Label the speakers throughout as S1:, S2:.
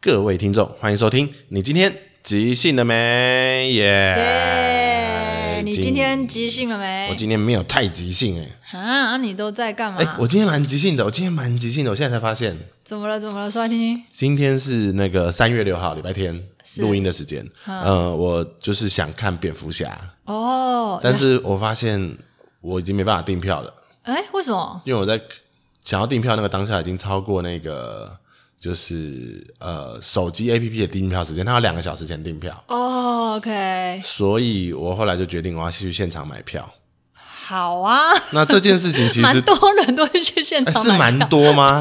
S1: 各位听众，欢迎收听。你今天即兴了没？耶、
S2: 耶！你今天即兴了没？
S1: 哎我今天没有太即兴哎、
S2: 啊啊，你都在干嘛？
S1: 哎、我今天蛮即兴的，我今天蛮即兴的，我现在才发现，
S2: 怎么了？怎么了？说来听听。
S1: 今天是那个三月六号，礼拜天
S2: 是
S1: 录音的时间。呃，我就是想看蝙蝠侠，
S2: 哦，
S1: 但是我发现我已经没办法订票了，
S2: 哎，为什么？
S1: 因为我在想要订票那个当下已经超过那个。就是呃，手机 A P P 的订票时间，它要两个小时前订票，
S2: 哦，OK，
S1: 所以我后来就决定我要去现场买票。
S2: 好啊，
S1: 那这件事情其实
S2: 蛮多人都会去现
S1: 哎
S2: 场买
S1: 是
S2: 票啊
S1: 蛮多吗？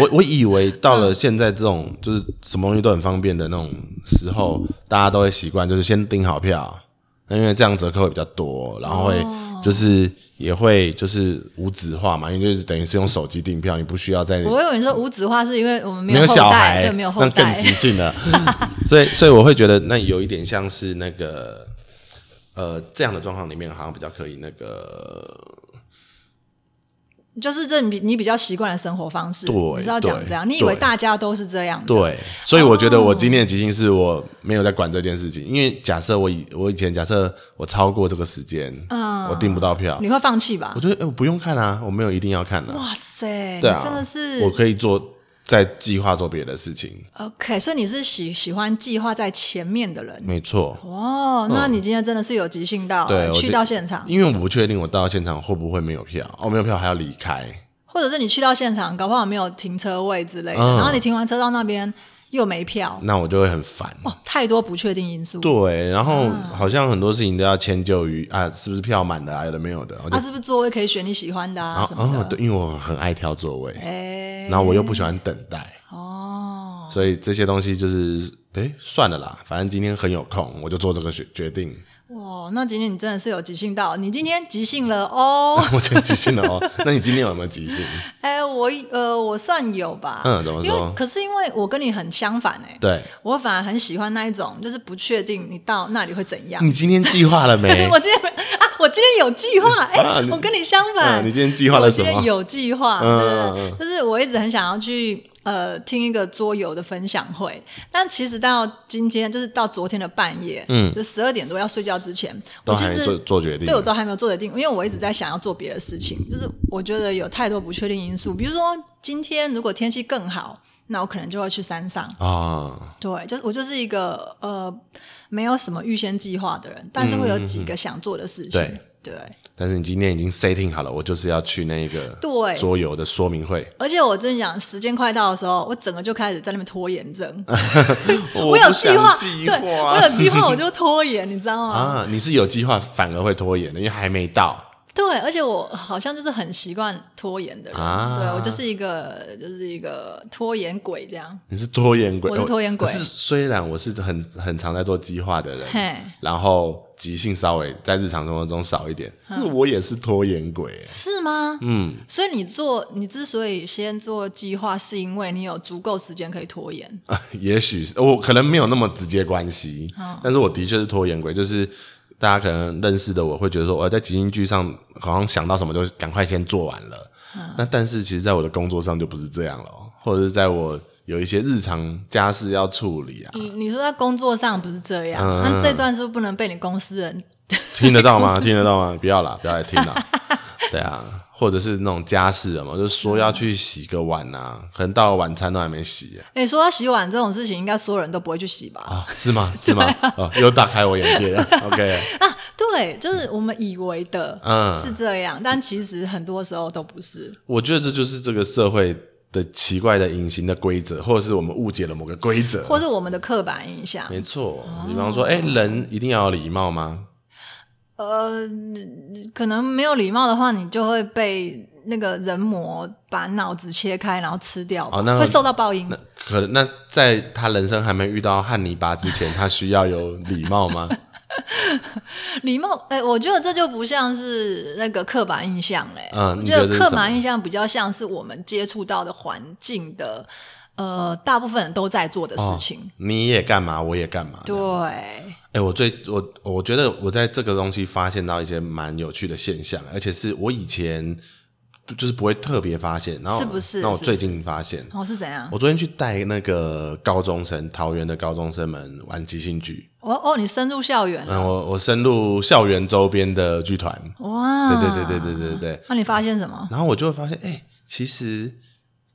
S1: 我我以为到了现在这种就是什么东西都很方便的那种时候，大家都会习惯就是先订好票，那因为这样折扣会比较多，然后会
S2: 哦
S1: 就是也会就是无纸化嘛，因为就是等于是用手机订票，你不需要在
S2: 我以为你说无纸化是因为我们没
S1: 没有
S2: 后
S1: 小
S2: 代，
S1: 孩，
S2: 对，没有后
S1: 那更
S2: 代。
S1: 即兴 了。所以，所以我会觉得那有一点像是那个，呃，这样的状况里面好像比较可以那个，
S2: 就是这你比你比较习惯的生活方式，
S1: 对
S2: 你是要讲
S1: 对
S2: 这样？你以为
S1: 对
S2: 大家都是这样的？
S1: 对。所以我觉得
S2: 哦
S1: 我今天的即兴是我没有在管这件事情，因为假设我以我以前假设我超过这个时间，嗯，我订不到票，
S2: 你会放弃吧
S1: 我？觉得、哎我不用看啊，我没有一定要看啊，
S2: 哇塞，
S1: 对啊，
S2: 你真的是
S1: 我可以做在计划做别的事情，
S2: OK，所以你是喜喜欢计划在前面的人
S1: 没错。
S2: 哦。那你今天真的是有即兴到
S1: 嗯对，我
S2: 去
S1: 觉
S2: 到现场，
S1: 因为我不确定我到现场会不会没有票，哦，没有票还要离开，
S2: 或者是你去到现场，搞不好没有停车位之类的，
S1: 嗯
S2: 然后你停完车到那边又没票，
S1: 那我就会很烦。
S2: 哦，太多不确定因素。
S1: 对，然后
S2: 啊
S1: 好像很多事情都要迁就于啊，是不是票满了啊，有的没有的，我就
S2: 啊，是不是座位可以选你喜欢的啊
S1: 啊
S2: 什么
S1: 哦，
S2: 的？
S1: 对，因为我很爱挑座位，
S2: 哎、
S1: 然后我又不喜欢等待，
S2: 哦，
S1: 所以这些东西就是哎算了啦，反正今天很有空，我就做这个决决定。
S2: 哇，那今天你真的是有即兴到，你今天即兴了 哦。
S1: 我真即兴了 哦，那你今天有没有即兴？
S2: 哎、我呃，我算有吧。
S1: 嗯怎么
S2: 因
S1: 说
S2: 为可是因为我跟你很相反哎、
S1: 对
S2: 我反而很喜欢那一种，就是不确定你到那里会怎样。
S1: 你今天计划了没？
S2: 我今天啊，我今天有计划，哎、
S1: 啊你
S2: 我跟你相反、
S1: 嗯你今天计划了什么
S2: 我今天有计划，
S1: 嗯
S2: 嗯
S1: 嗯
S2: 就是我一直很想要去呃听一个桌游的分享会，但其实到今天就是到昨天的半夜，嗯，就十二点多要睡觉之前，
S1: 都
S2: 我其
S1: 还没做
S2: 实。
S1: 做决定
S2: 对，，我都还没有做决定，因为我一直在想要做别的事情，就是我觉得有太多不确定因素，比如说今天如果天气更好，那我可能就会去山上，
S1: 啊，
S2: 对，就是我就是一个呃没有什么预先计划的人，但是会有几个想做的事情。
S1: 嗯嗯嗯
S2: 对
S1: 但是你今天已经 setting 好了，我就是要去那个
S2: 对
S1: 桌游的说明会，
S2: 而且我真讲，时间快到的时候，我整个就开始在那边拖延症。
S1: 我
S2: 有
S1: 不
S2: 计
S1: 想
S2: 划，
S1: 计
S2: 对
S1: 划
S2: 我有计划，我就拖延，你知道 吗？
S1: 啊，你是有计划反而会拖延的，因为还没到。
S2: 对，而且我好像就是很习惯拖延的人，
S1: 啊
S2: 对我就是一个就是一个拖延鬼这样。
S1: 你是拖延鬼，
S2: 我是拖延鬼
S1: 可是虽然我是很很常在做计划的人
S2: 嘿，
S1: 然后即兴稍微在日常生活中少一点，
S2: 嗯
S1: 那我也是拖延鬼。
S2: 是吗？嗯，所以你做，你之所以先做计划，是因为你有足够时间可以 拖延。
S1: 也许是我可能没有那么直接关系，
S2: 嗯
S1: 但是我的确是拖延鬼，就是。大家可能认识的我会觉得说，哦我在即兴剧上好像想到什么就赶快先做完了。
S2: 嗯
S1: 那但是其实，在我的工作上就不是这样了哦，或者是在我有一些日常家事要处理啊，
S2: 你你说在工作上不是这样，
S1: 嗯
S2: 那、这段是不是不能被你公司人
S1: 听得到 吗？听得到吗？不要啦，不要来听啦。对啊，或者是那种家事啊的嘛，就是说要去洗个碗啊，可能到了晚餐都还没洗啊，
S2: 哎、说到洗碗这种事情，应该所有人都不会去洗吧？啊
S1: 啊 是吗？是吗？ 哦，又打开我眼界了。OK，
S2: 对，就是我们以为的
S1: 嗯
S2: 是这样，但其实很多时候都不是。
S1: 我觉得这就是这个社会的奇怪的隐形的规则，或者是我们误解了某个规则。
S2: 或是我们的刻板印象，
S1: 没错，比方说，哎、人一定要有礼貌吗？
S2: 呃，可能没有礼貌的话，你就会被那个人魔把脑子切开，然后吃掉吧，
S1: 哦那
S2: 会受到报应。
S1: 可能那在他人生还没遇到汉尼拔之前，他需要有礼貌 吗？
S2: 礼貌，哎、我觉得这就不像是那个刻板印象嘞、
S1: 嗯
S2: 我
S1: 你
S2: 觉
S1: 觉得
S2: 得
S1: 是什
S2: 刻
S1: 么
S2: 板印象比较像是我们接触到的环境的，呃，
S1: 嗯
S2: 大部分人都在做的事情。
S1: 你也干嘛，我也干嘛。
S2: 对，啊
S1: 哎、我最我我觉得我在这个东西发现到一些蛮有趣的现象，而且是我以前就是不会特别发现。然后
S2: 是不是
S1: 那我
S2: 是不
S1: 最近发现，
S2: 哦，是怎样？
S1: 我昨天去带那个高中生，桃园的高中生们玩即兴剧。
S2: 哦哦，你深入校园了，
S1: 嗯，我我深入校园周边的剧团，
S2: 哇！
S1: 嗯对对对对对对对。
S2: 那你发现什么？
S1: 然后我就会发现，哎、其实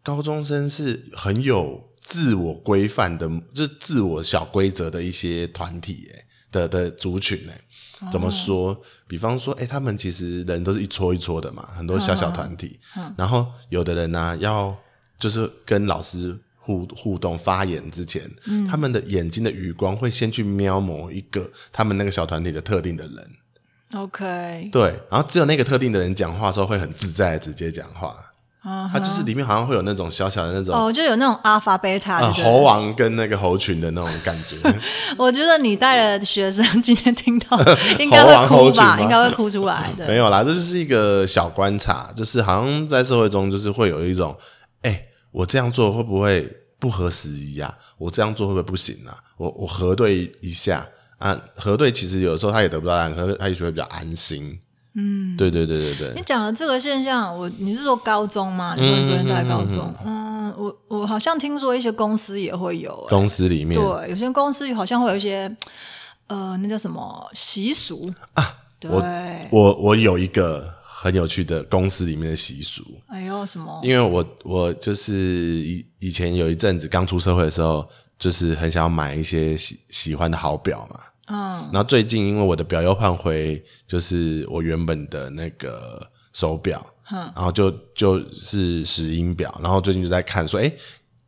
S1: 高中生是很有自我规范的，就是自我小规则的一些团体、哎的的族群、哎，怎么说？比方说，哎、他们其实人都是一撮一撮的嘛，很多小小团体。然后有的人呢、啊要就是跟老师。互互动发言之前，他们的眼睛的余光会先去瞄某一个他们那个小团体的特定的人，
S2: OK，
S1: 对，然后只有那个特定的人讲话的时候会很自在的直接讲话，他就是里面好像会有那种小小的那种、
S2: 啊哦，就有那种阿法贝塔
S1: 呃
S2: 的
S1: 猴王跟那个猴群的那种感 觉，
S2: 我觉得你带了学生 今天听到，应该
S1: 猴王
S2: 会
S1: 猴
S2: 哭
S1: 群
S2: 吧，
S1: 吗
S2: 应该会哭出来。对
S1: 没，有啦，这就是一个小观察，就是好像在社会中就是会有一种，哎、我这样做会不会不合时宜啊？我这样做会不会不行啊？我我核对一下啊，核对其实有时候他也得不到答案，可是他也许会比较安心。嗯，对对对对
S2: 你
S1: 对，
S2: 讲的这个现象，我你是说高中吗？你说你昨天在高中，嗯，我我好像听说一些公司也会有、欸
S1: 公司里面
S2: 对，有些公司好像会有一些，呃，那叫什么习俗啊？对，哎
S1: 我我有一个很有趣的公司里面的习俗，
S2: 哎呦，什么？
S1: 因为我我就是以以前有一阵子刚出社会的时候，就是很想要买一些喜喜欢的好表嘛。嗯，然后最近因为我的表又换回就是我原本的那个手表，嗯，然后就就是石英表，然后最近就在看说，哎，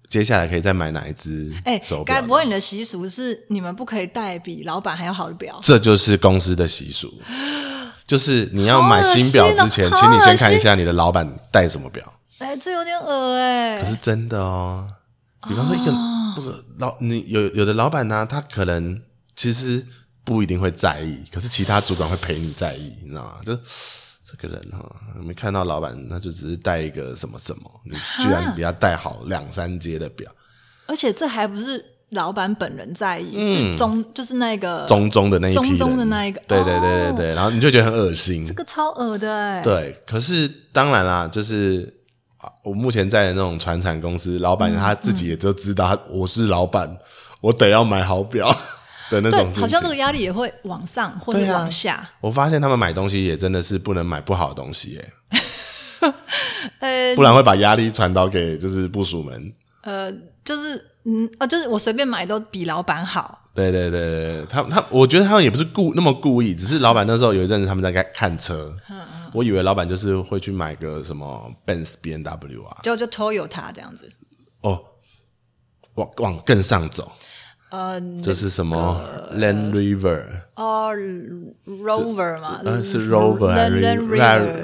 S1: 接下来可以再买哪一只
S2: 哎
S1: 手，表？
S2: 该不会你的习俗是你们不可以带比老板还要好的表？
S1: 这就是公司的习俗，就是你要买新表之前，
S2: 好恶心哦
S1: 请你先
S2: 好恶心
S1: 看一下你的老板戴什么表。
S2: 哎，这有点恶哦哎、
S1: 可是真的哦，比方说一个那个老你有有的老板呢、他可能其实不一定会在意，可是其他主管会陪你在意，你知道吗？就这个人哈、你没看到老板，他就只是带一个什么什么，你居
S2: 啊
S1: 然比他带好两三阶的表，
S2: 而且这还不是老板本人在意，是中就是那个
S1: 嗯中中的那一批人，
S2: 中中的那一个哦
S1: 对对对对对，然后你就觉得很恶心，
S2: 这个超恶的哎、
S1: 对，可是当然啦，就是啊我目前在的那种船产公司，老
S2: 嗯
S1: 板他自己也就知道，他我是老板，我得要买好 表的那种
S2: 对
S1: 心，情。
S2: 好像这个压力也会往上或者
S1: 对啊
S2: 往下。
S1: 我发现他们买东西也真的是不能买不好的东西耶，
S2: 呃
S1: 不然会把压力传导给就是部署们。
S2: 呃，就是嗯哦，就是我随便买都比老板好。
S1: 对对对对，对他他，我觉得他们也不是故那么故意，只是老板那时候有一阵子他们在看看车，
S2: 嗯
S1: 我以为老板就是会去买个什么 Benz B N W 啊，
S2: 就就 Toyota 这样子，
S1: 哦，往往更上走，
S2: 呃，
S1: 这是什么 Land River？
S2: 哦，Rover 嘛，
S1: 嗯，是 Rover 还是
S2: 哦 Land- Land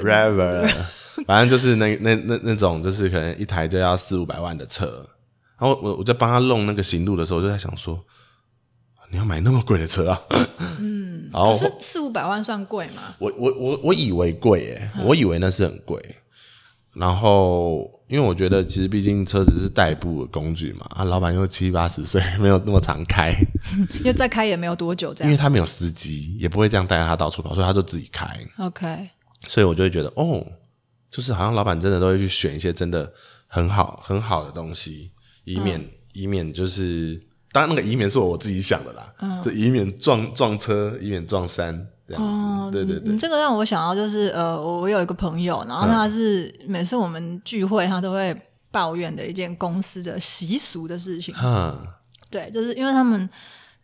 S1: River
S2: Rover
S1: River？反正就是那那那那种，就是可能一台就要四五百万的车。然后我我在帮他弄那个行路的时候，我就在想说，啊你要买那么贵的车啊？嗯， 然后
S2: 可是四五百万算贵吗？
S1: 我我我我以为贵耶、
S2: 嗯
S1: 我以为那是很贵。然后，因为我觉得其实毕竟车子是代步的工具嘛，啊，老板又七八十岁，没有那么常开。
S2: 因为再开也没有多久这
S1: 因
S2: 样
S1: 为。他没有司机，也不会这样带他到处跑，所以他就自己开。
S2: OK，
S1: 所以我就会觉得，哦，就是好像老板真的都会去选一些真的很好很好的东西，以免、
S2: 嗯
S1: 以免就是，当然那个以免是我自己想的啦，
S2: 嗯
S1: 就以免撞撞车，以免撞山这样子。对对对
S2: 哦嗯
S1: 嗯
S2: 你，这个让我想到就是呃，我我有一个朋友，然后他是每次我们聚会，他都会抱怨的一件公司的习俗的事情。
S1: 嗯，
S2: 对，就是因为他们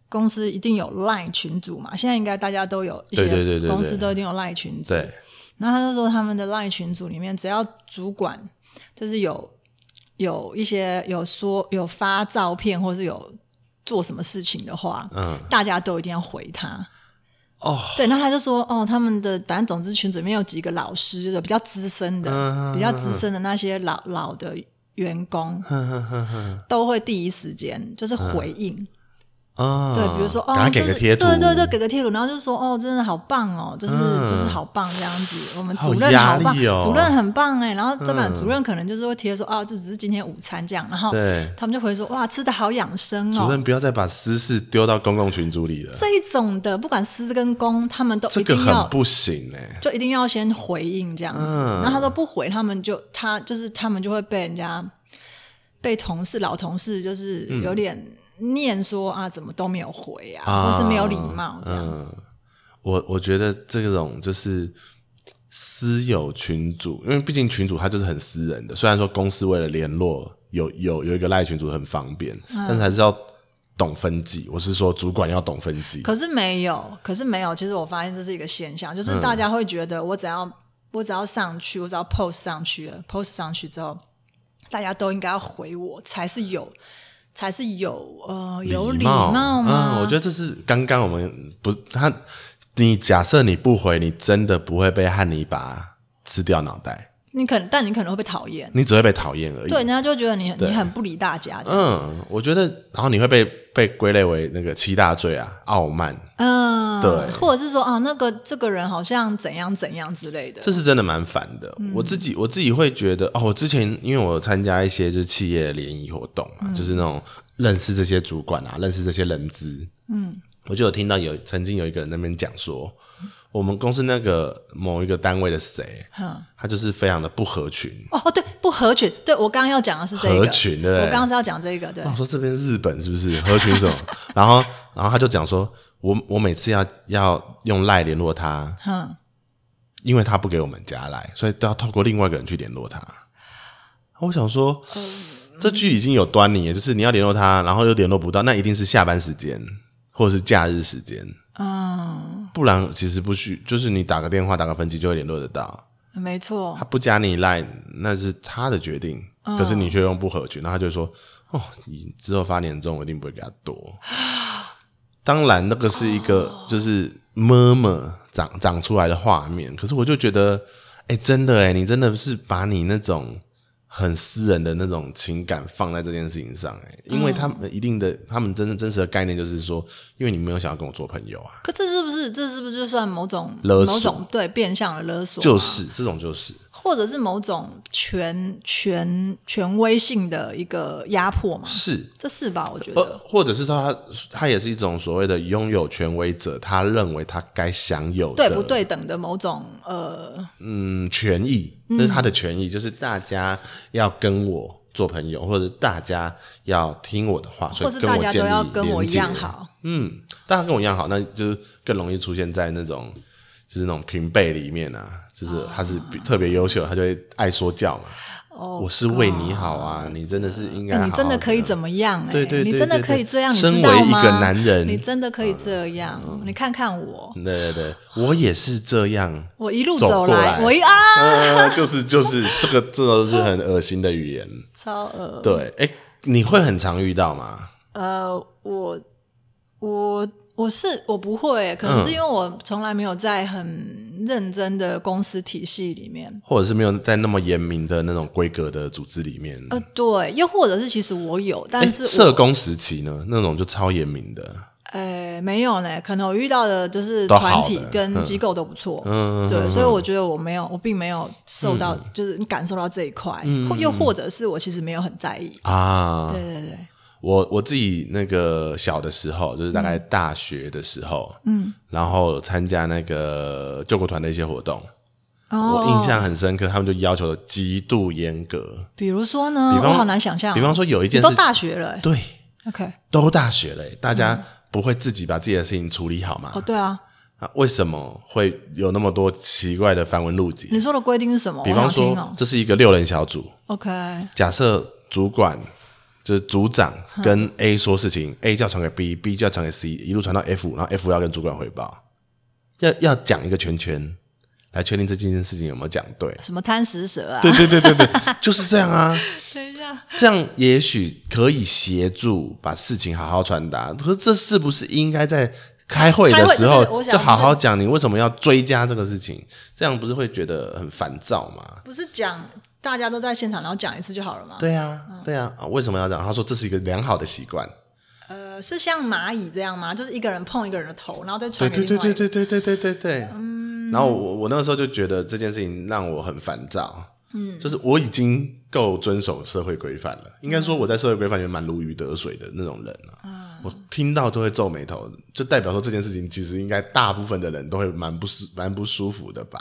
S2: 公司一定有 LINE 群组嘛，现在应该大家都有一
S1: 对对对
S2: 些
S1: 对对
S2: 公司都一定有 LINE 群组。
S1: 对，
S2: 然后他就说他们的 LINE 群组里面，只要主管就是有有一些有说有发照片或是有做什么事情的话，嗯，大家都一定要回他。
S1: 哦，
S2: 对，然后他就说，哦，他们的反正总之群组里面有几个老师就是比较资深的，
S1: 嗯
S2: 比较资深的那些老老的员工，都会第一时间就是回应。
S1: 啊，
S2: 对，比如说哦，
S1: 赶快嗯给
S2: 就
S1: 个
S2: 是
S1: 贴图，
S2: 对对对，给个贴图，然后就说哦，真的好棒哦，就是、就是好棒这样子。我们
S1: 嗯好
S2: 主任
S1: 压
S2: 好棒，
S1: 力哦
S2: 主任很棒哎。然后对
S1: 嗯
S2: 吧？主任可能就是会贴说哦，这只是今天午餐这样，然后
S1: 对
S2: 他们就回说哇，吃的好养生
S1: 主
S2: 哦。
S1: 任不要再把私事丢到公共群组里了，
S2: 这一种的，不管私跟公，他们都
S1: 这
S2: 一
S1: 个
S2: 定要
S1: 很不嗯行哎、
S2: 就一定要先回应这样子。然后他说不回，他们就他就是他们就会被人家被同事老同事就是
S1: 嗯
S2: 有点念说、啊，怎么都没有回啊，
S1: 啊
S2: 或是没有礼貌这样。
S1: 我我觉得这种就是私有群组，因为毕竟群组它就是很私人的。虽然说公司为了联络有有有一个赖群组很方便，
S2: 嗯
S1: 但是还是要懂分级。我是说主管要懂分级。
S2: 可是没有，可是没有。其实我发现这是一个现象，
S1: 嗯
S2: 就是大家会觉得我只要、我只要上去，我只要 post 上去了，post 上去之后，大家都应该要回我，才是有才是有呃有礼
S1: 貌
S2: 貌吗？
S1: 嗯，我觉得这是刚刚我们不他，你假设你不回，你真的不会被汉尼拔吃掉脑袋，
S2: 你可能，但你可能会被讨厌。
S1: 你只会被讨厌而已。
S2: 对，人家就觉得你你很不理大家这样。
S1: 嗯，我觉得，然后你会被被归类为那个七大罪啊，傲慢，
S2: 嗯，
S1: 对
S2: 或者是说啊，那个这个人好像怎样怎样之类的。
S1: 这是真的蛮烦的。我自己我自己会觉得，哦，我之前因为我有参加一些就是企业的联谊活动嘛，就是那种认识这些主管啊，认识这些人资，嗯，我就有听到有曾经有一个人在那边讲说，我们公司那个某一个单位的谁，他就是非常的不合群。
S2: 哦哦，对，不合群。对我刚刚要讲的是这个
S1: 合群对不对
S2: 我刚刚是要讲这个，对
S1: 我，说这边日本是不是合群什么？ 然后然后他就讲说，我我每次要要用赖联络他，
S2: 嗯，
S1: 因为他不给我们加来，所以都要透过另外一个人去联络他。我想说，
S2: 嗯
S1: 这句已经有端倪了，就是你要联络他，然后又联络不到，那一定是下班时间或者是假日时间，
S2: 嗯，
S1: 不然其实不需，就是你打个电话、打个分机就会联络得到。
S2: 没错
S1: 他。不加你 line，那是他的决定，可是你却用不合群，然后他就说：“哦，你之后发年终，我一定不会给他多。”当然，那个是一个就是么么长长出来的画面，可是我就觉得，哎、真的哎、你真的是把你那种很私人的那种情感放在这件事情上哎、因为他们一定的，他们真正真实的概念就是说，因为你没有想要跟我做朋友啊，
S2: 可这是不是这是不是就算某种
S1: 勒索
S2: 某种对变相的勒索？
S1: 就是这种就是。
S2: 或者是某种权权权威性的一个压迫嘛？
S1: 是，
S2: 这是吧？我觉得。
S1: 呃，或者是说他他也是一种所谓的拥有权威者，他认为他该享有
S2: 对
S1: 的
S2: 不对等的某种呃，
S1: 嗯权益，那是他的权益，就是大家要跟我做朋友，或者大家要听我的话，所
S2: 或
S1: 以
S2: 是
S1: 跟
S2: 大
S1: 我
S2: 家
S1: 建
S2: 都
S1: 立
S2: 要跟我
S1: 连
S2: 一样
S1: 结，
S2: 好，
S1: 嗯，大家跟我一样好，那就是更容易出现在那种就是那种平辈里面啊，就是他是比特别优秀，他就会爱说教嘛。我是为你好啊，你真的是应该
S2: 哦哎
S1: 好好的、啊
S2: 你真的可以怎么样、哎，
S1: 对对对
S2: 你真的
S1: 对对
S2: 可以这样，你
S1: 身
S2: 知道
S1: 为一
S2: 吗？
S1: 个男人嗯
S2: 你真的可以这样，你看看我，
S1: 对对对，我也是这样。
S2: 我一路
S1: 走
S2: 走
S1: 过
S2: 来，
S1: 来
S2: 我一啊，
S1: 呃， 就是就是这个，这都是很恶心的语言。
S2: 超恶，
S1: 对，哎、你会很常遇到吗？
S2: 呃，我我我是我不会、可
S1: 嗯
S2: 能是因为我从来没有在很认真的公司体系里面。
S1: 或者是没有在那么严明的那种规格的组织里面？
S2: 呃，对，又或者是其实我有，
S1: 诶
S2: 但是我
S1: 社工时期呢，那种就超严明的。
S2: 呃没有呢，可能我遇到的就是
S1: 都好
S2: 团
S1: 的
S2: 体跟机构都不错，
S1: 嗯，
S2: 对，所以我觉得我没有，我并没有受到，就是感受到这一块，
S1: 嗯
S2: 或又或者是我其实没有很在意。
S1: 啊，
S2: 对对对，
S1: 我我自己那个小的时候，就是大概
S2: 嗯
S1: 大学的时候，嗯，然后参加那个救国团的一些活动，
S2: 哦
S1: 我印象很深刻，他们就要求的极度严格。
S2: 比如说呢，
S1: 比方
S2: 我好难想象哦，
S1: 比方说有一件
S2: 都
S1: 事，
S2: 大学了欸
S1: 对，
S2: ，OK，
S1: 都大学了欸，大家不会自己把自己的事情处理好吗？
S2: 嗯哦，对啊，
S1: 啊，为什么会有那么多奇怪的繁文缛节？
S2: 你说的规定是什么？
S1: 比方
S2: 嗯我
S1: 说，
S2: 想听哦
S1: 这是一个六人小组，
S2: ，OK，
S1: 假设主管就是组长跟 A 说事情、a 就要传给 B，B 就要传给 C，一路传到 F，然后 F 要跟主管汇报，要要讲一个圈圈来确定这件事情有没有讲对。
S2: 什么贪食蛇啊？
S1: 对对对对对， 就是这样啊。
S2: 等一下，
S1: 这样也许可以协助把事情好好传达。可是这是不是应该在开会的时候
S2: 开会对我想
S1: 就好好讲？你为什么要追加这个事情？这样不是会觉得很烦躁吗？
S2: 不是讲大家都在现场，然后讲一次就好了吗？
S1: 对啊，对啊，啊为什么要这样？他说这是一个良好的习惯。
S2: 呃，是像蚂蚁这样吗？就是一个人碰一个人的嗯头，然后再
S1: 对
S2: 传给
S1: 对
S2: 另
S1: 对
S2: 外一
S1: 对
S2: 个。
S1: 对对对对对对。然后我我那个时候就觉得这件事情让我很烦躁，嗯，就是我已经够遵守社会规范了，应该说我在社会规范里面蛮如鱼得水的那种人啊。我听到都会皱眉头，就代表说这件事情其实应该大部分的人都会蛮不舒蛮不舒服的吧？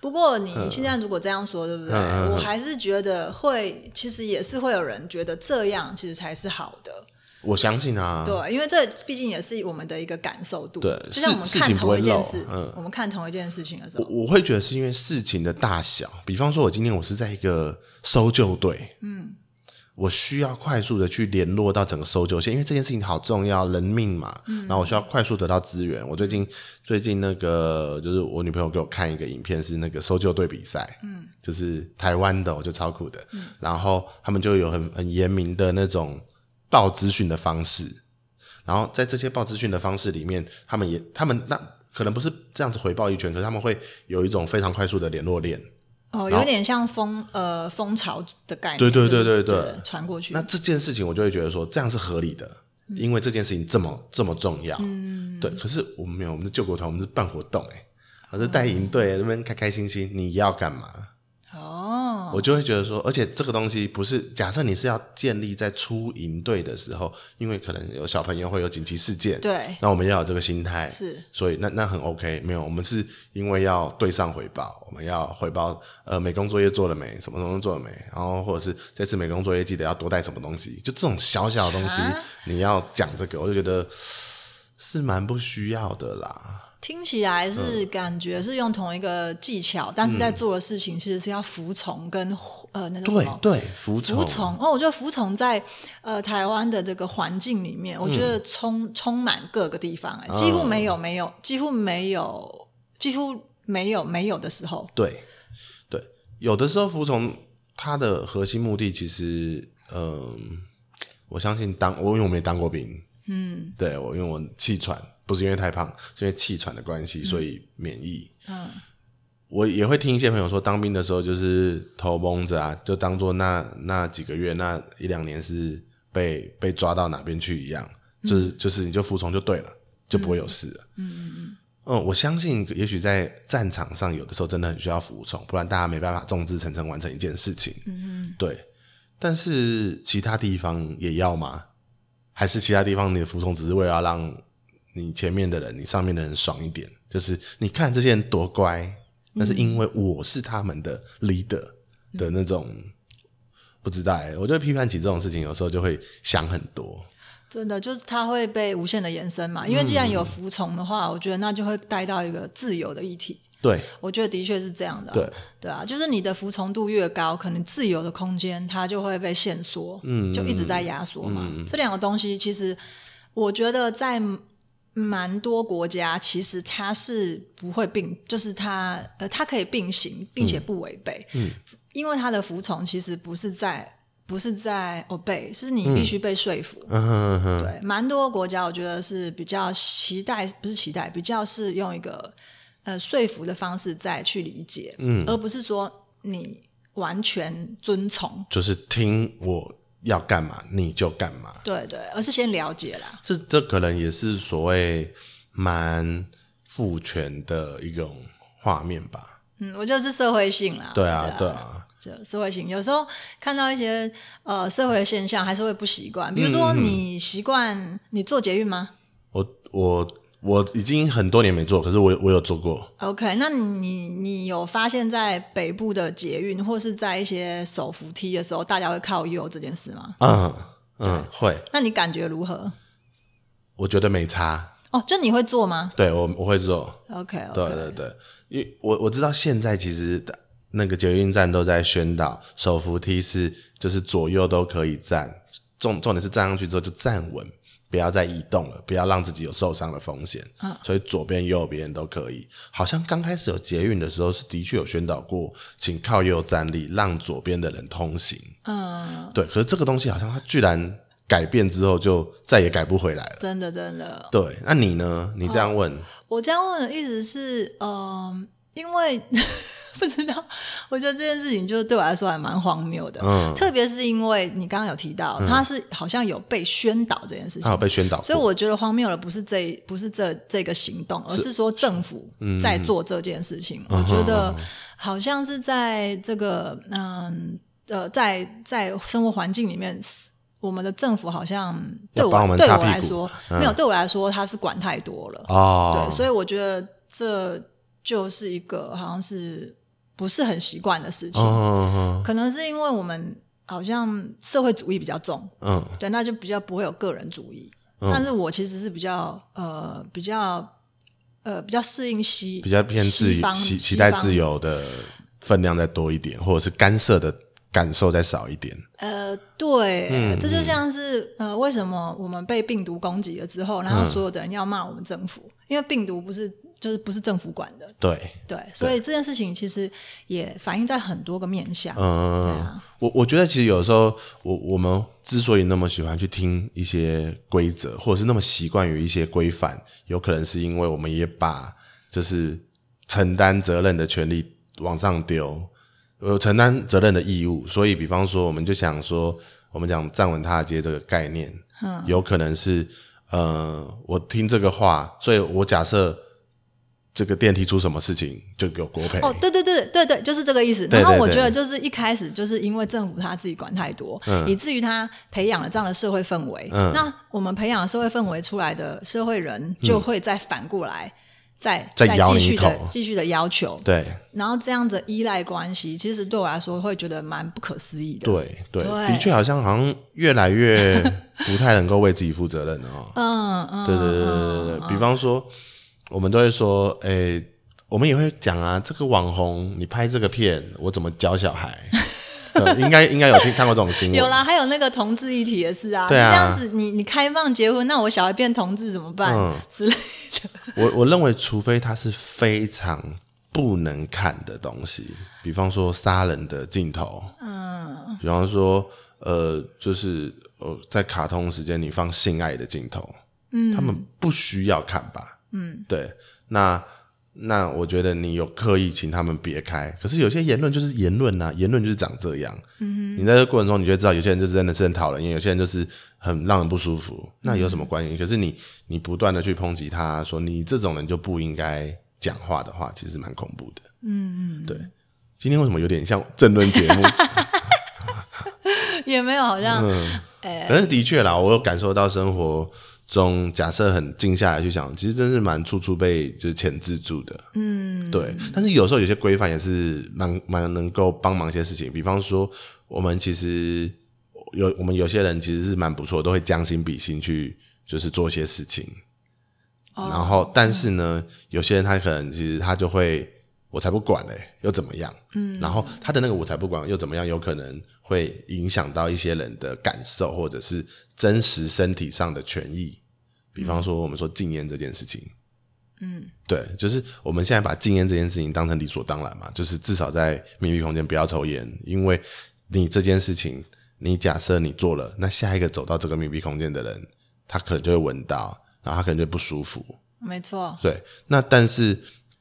S2: 不过你
S1: 嗯
S2: 现在如果这样说，对不对？我还是觉得会，其实也是会有人觉得这样其实才是好的，
S1: 我相信啊，
S2: 对，因为这毕竟也是我们的一个感受度。
S1: 对
S2: 就像我们
S1: 事
S2: 看
S1: 情不
S2: 同
S1: 会
S2: 一件
S1: 漏嗯
S2: 事，我们看同一件事情的时候，
S1: 我会觉得是因为事情的大小，比方说，我今天我是在一个搜救队，嗯，我需要快速的去联络到整个搜救线，因为这件事情好重要，人命嘛，然后我需要快速得到资源。我最近最近那个就是我女朋友给我看一个影片，是那个搜救队比赛，嗯，就是台湾的，我觉得超酷的，然后他们就有很很严明的那种报资讯的方式，然后在这些报资讯的方式里面，他们也他们那可能不是这样子回报一圈，可是他们会有一种非常快速的联络链。然
S2: 哦，有
S1: 后
S2: 点像蜂呃蜂巢的概念，
S1: 对对
S2: 就
S1: 对
S2: 是对
S1: 对对
S2: 传过去
S1: 那。这件事情我就会觉得说这样是合理的，
S2: 嗯
S1: 因为这件事情这么这么重要。嗯，对。可是我们没有，我们是救国团，我们是办活动、欸，哎，我是带营
S2: 嗯
S1: 队，那边开开心心，你要干嘛？
S2: 哦，
S1: 我就会觉得说，而且这个东西不是假设你是要建立在出营队的时候，因为可能有小朋友会有紧急事件，
S2: 对
S1: 那我们要有这个心态，
S2: 是，
S1: 所以那那很 OK，没有，我们是因为要对上回报，我们要回报呃美工作业做了没，什么什么做了没，然后或者是这次美工作业记得要多带什么东西，就这种小小的东西
S2: 啊
S1: 你要讲这个，我就觉得是蛮不需要的啦，
S2: 听起来是感觉是用同一个技巧，但是在做的事情其实是要服从跟呃那个什
S1: 对
S2: 么。
S1: 对，服从
S2: 服从哦，我觉得服从在呃台湾的这个环境里面，我觉得充、充满各个地方、哎，几乎没有没有，几乎没有，几乎没有没有的时候，
S1: 对，对，有的时候服从它的核心目的，其实，嗯、我相信当我因为我没当过兵，嗯，对我因为我气喘，不是因为太胖，是因为气喘的关系，所以免疫。嗯，我也会听一些朋友说，当兵的时候就是头蒙着啊，就当做那那几个月、那一两年是被被抓到哪边去一样，就是、就是你就服从就对了，就不会有事了。嗯，我相信，也许在战场上，有的时候真的很需要服从，不然大家没办法众志成城完成一件事情。嗯嗯，对。但是其他地方也要吗？还是其他地方你的服从只是为了要让你前面的人、你上面的人爽一点？就是你看这些人多乖，那是因为我是他们的 leader 的那种。不知道、欸，我觉得批判起这种事情，有时候就会想很多。
S2: 真的就是它会被无限的延伸嘛。因为既然有服从的话，我觉得那就会带到一个自由的议题。
S1: 对
S2: 我觉得的确是这样的、
S1: 对，
S2: 对啊，就是你的服从度越高，可能自由的空间它就会被限缩，嗯，就一直在压缩嘛。这两个东西其实，我觉得在蛮多国家，其实它是不会并，就是它呃，它可以并行，并且不违背，嗯，因为它的服从其实不是在。不是在 obey，是你必须被说服。对，蛮多国家我觉得是比较期待，不是期待，比较是用一个呃说服的方式再去理解，嗯，而不是说你完全遵从，
S1: 就是听我要干嘛，你就干嘛。
S2: 对对，而是先了解啦，
S1: 这这可能也是所谓蛮父权的一种画面吧？
S2: 嗯，我觉得是社会性啦，
S1: 对啊，对啊，
S2: 这社会性，有时候看到一些呃社会的现象，还是会不习惯，比如
S1: 嗯
S2: 说你习惯你做捷运吗？
S1: 我我我已经很多年没做，可是我有我有做过。
S2: OK，那你你有发现，在北部的捷运或是在一些手扶梯的时候，大家会靠右这件事吗？
S1: 嗯嗯，会，
S2: 那你感觉如何？
S1: 我觉得没差。
S2: 哦，就你会做吗
S1: 对我我会做，
S2: ？OK，,
S1: 对对对，因为我我知道现在其实那个捷运站都在宣导手扶梯是就是左右都可以站，重重点是站上去之后就站稳，不要再移动了，不要让自己有受伤的风险。
S2: 嗯
S1: 所以左边右边都可以。好像刚开始有捷运的时候是的确有宣导过，请靠右站立，让左边的人通行。嗯，对。可是这个东西好像它居然改变之后就再也改不回来了。
S2: 真的真的，
S1: 对，那
S2: 哦
S1: 你呢？你这样问，
S2: 呃我这样问的意思是，嗯、因为 不知道，我觉得这件事情就是对我来说还蛮荒谬的，
S1: 嗯
S2: 特别是因为你刚刚有提到，他是好像有被宣导这件事情
S1: 他，有被宣导过，
S2: 所以我觉得荒谬的不是这不是这这个行动，而是说政府
S1: 嗯
S2: 在做这件事情。我觉得好像是在这个嗯呃，在在生活环境里面，我们的政府好像对
S1: 要帮我们
S2: 对
S1: 擦
S2: 我
S1: 屁股嗯
S2: 来说、没有，对我来说他是管太多了。
S1: 哦
S2: 对，，所以我觉得这就是一个好像是不是很习惯的事情，
S1: 嗯
S2: 可能是因为我们好像社会主义比较重。
S1: 嗯嗯
S2: 对，那就比较不会有个人主义。但是我其实是比较呃比较呃比较适应西
S1: 比较偏自
S2: 西
S1: 由，
S2: 方
S1: 期
S2: 西
S1: 期待
S2: 方
S1: 自由的分量再多一点，或者是干涉的感受再少一点。
S2: 呃，对，
S1: 嗯
S2: 这就像是呃，为什么我们被病毒攻击了之
S1: 嗯
S2: 后，然后所有的人要骂我们政府，因为病毒不是就是不是政府管的，
S1: 对，
S2: 对，所以这件事情其实也反映在很多个面向。
S1: 哦
S2: 对啊，
S1: 嗯我我觉得其实有时候，我我们之所以那么喜欢去听一些规则，或者是那么习惯于一些规范，有可能是因为我们也把就是承担责任的权利往上丢，有承担责任的义务。所以，比方说，我们就想说，我们讲站稳踏阶这个概念，有可能是呃，我听这个话，所以我假设这个电梯出什么事情就有国赔。
S2: 哦，对对对对对，就是这个意思。
S1: 对
S2: 然后
S1: 对
S2: 我
S1: 对嗯
S2: 觉得就是一开始就是因为政府他自己管太多，以至于他培养了这样的社会氛围。那我们培养了社会氛围出来的社会人，就会再反过来。再
S1: 嗯再咬
S2: 继
S1: 你一
S2: 续的
S1: 口
S2: 继续的要求，
S1: 对
S2: 然后这样的依赖关系，其实对我来说会觉得蛮不可思议的。
S1: 对对，
S2: 对
S1: 的确好像好像越来 越不太能够为自己负责任了哦。
S2: 嗯嗯，
S1: 对对对对对对，比方说我们都会说，诶、我们也会讲啊，这个网红你拍这个片，我怎么教小 孩？呃应该应该有听看过这种新闻，
S2: 有啦，还有那个同志议题也是啊，
S1: 对啊
S2: 你这样子你你开放结婚，那我小孩变同志怎么办、
S1: 嗯
S2: 之类的？
S1: 我我认为，除非它是非常不能看的东西，比方说杀人的镜头，嗯，比方说呃，就是呃，在卡通时间你放性爱的镜头，嗯，他们不需要看吧，嗯，对，那。那我觉得你有刻意请他们别开，可是有些言论就是言论呐、言论就是长这样。嗯，你在这过程中，你就会知道有些人就真的是很讨人厌，有些人就是很让人不舒服。那有什么关系？可是你你不断的去抨击他，说你这种人就不应该讲话的话，其实蛮恐怖的。嗯嗯，对。今天为什么有点像政论节目？
S2: 也没有，好像、
S1: 嗯可是的确啦，我有感受到生活中，假设很静下来去想，其实真是蛮处处被就是钳制住的。嗯，对。但是有时候有些规范也是蛮蛮能够帮忙一些事情，比方说我们其实有我们有些人其实是蛮不错，都会将心比心去就是做一些事情。然后，但是呢，有些人他可能其实他就会，我才不管嘞、又怎么样？嗯，然后他的那个我才不管又怎么样，有可能会影响到一些人的感受，或者是真实身体上的权益。比方说，我们说禁烟这件事情，嗯，对，就是我们现在把禁烟这件事情当成理所当然嘛，就是至少在密闭空间不要抽烟，因为你这件事情，你假设你做了，那下一个走到这个密闭空间的人，他可能就会闻到，然后他可能就会不舒服，
S2: 没错，
S1: 对，那但是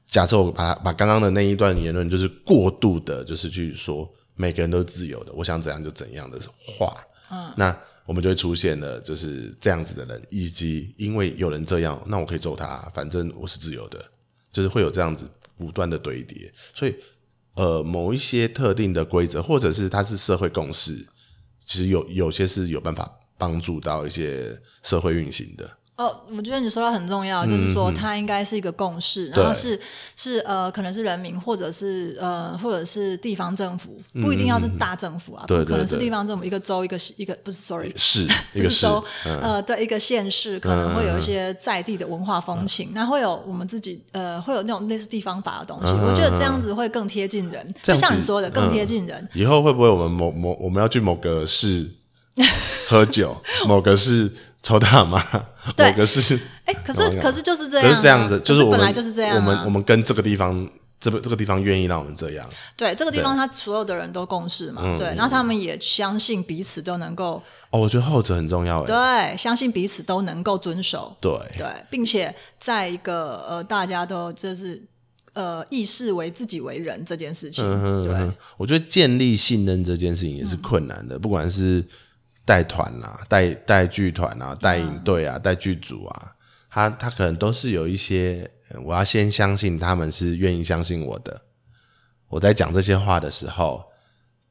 S1: 假设我把把刚刚的那一段言论，就是过度的，就是去说每个人都是自由的，我想怎样就怎样的话，嗯，那我们就会出现了就是这样子的人，以及因为有人这样，那我可以揍他，反正我是自由的，就是会有这样子不断的堆叠，所以呃，某一些特定的规则，或者是它是社会共识，其实有有些是有办法帮助到一些社会运行的，
S2: 哦，我觉得你说到很重要，就是说
S1: 嗯
S2: 它应该是一个共识，然后是是呃，可能是人民或者是呃，或者是地方政府，
S1: 嗯
S2: 不一定要是大政府啊，
S1: 对
S2: 不可能
S1: 对
S2: 是
S1: 对
S2: 地方政府一个州一个一个不是，sorry，
S1: 是一
S2: 不
S1: 个嗯
S2: 是
S1: 是。
S2: 州，呃，对一个县市可能
S1: 嗯
S2: 会有一些在地的文化风情，那会有我们自己呃，会有那种类似地方法的东西。
S1: 嗯
S2: 我觉得这样子会更贴近人，
S1: 这
S2: 就
S1: 样子嗯
S2: 像你说的，更贴近人。
S1: 以后会不会我们某某我们要去某个 市喝酒，某个市抽大麻，
S2: 对
S1: 某个市
S2: 哎，可
S1: 懂
S2: 是
S1: 了
S2: 可是就是这
S1: 可
S2: 样啊，
S1: 是这样子，就
S2: 可是
S1: 我们
S2: 本来就是这样啊。
S1: 我们我们跟这个地方这个这个地方愿意让我们这样，
S2: 对这个地方，他所有的人都共识嘛，
S1: 嗯
S2: 对，然后他们也相信彼此都能够
S1: 哦，我觉得后者很重要哎，
S2: 对，相信彼此都能够遵守，
S1: 对
S2: 对，并且在一个呃，大家都就是呃意识为自己为人这件事情。
S1: 嗯
S2: 对，
S1: 哼，我觉得建立信任这件事情也是困难的，不管是带团啦、带带剧团啊、带影队啊、带剧组啊，他他可能都是有一些，呃我要先相信他们是愿意相信我的。我在讲这些话的时候，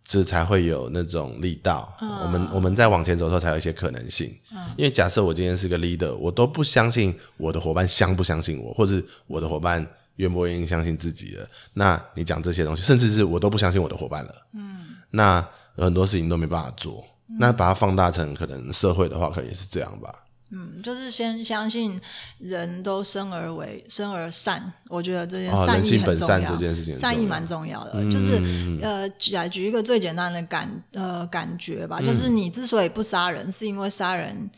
S1: 这才会有那种力道。我们我们在往前走的时候，才有一些可能性。因为假设我今天是个 leader，我都不相信我的伙伴相不相信我，或是我的伙伴愿不愿意相信自己了。那你讲这些东西，甚至是我都不相信我的伙伴了。嗯，那有很多事情都没办法做。那把它放大成可能社会的话，可能也是这样吧。
S2: 嗯，就是先相信人都生而为生而善，我觉得这件
S1: 哦
S2: 善
S1: 人
S2: 意
S1: 性
S2: 很
S1: 本
S2: 重
S1: 善
S2: 要，
S1: 这件事情很
S2: 善
S1: 重
S2: 意
S1: 要嗯
S2: 蛮重要的。就是呃，举来举一个最简单的感呃感觉
S1: 嗯
S2: 吧，就是你之所以不杀人，是因为杀人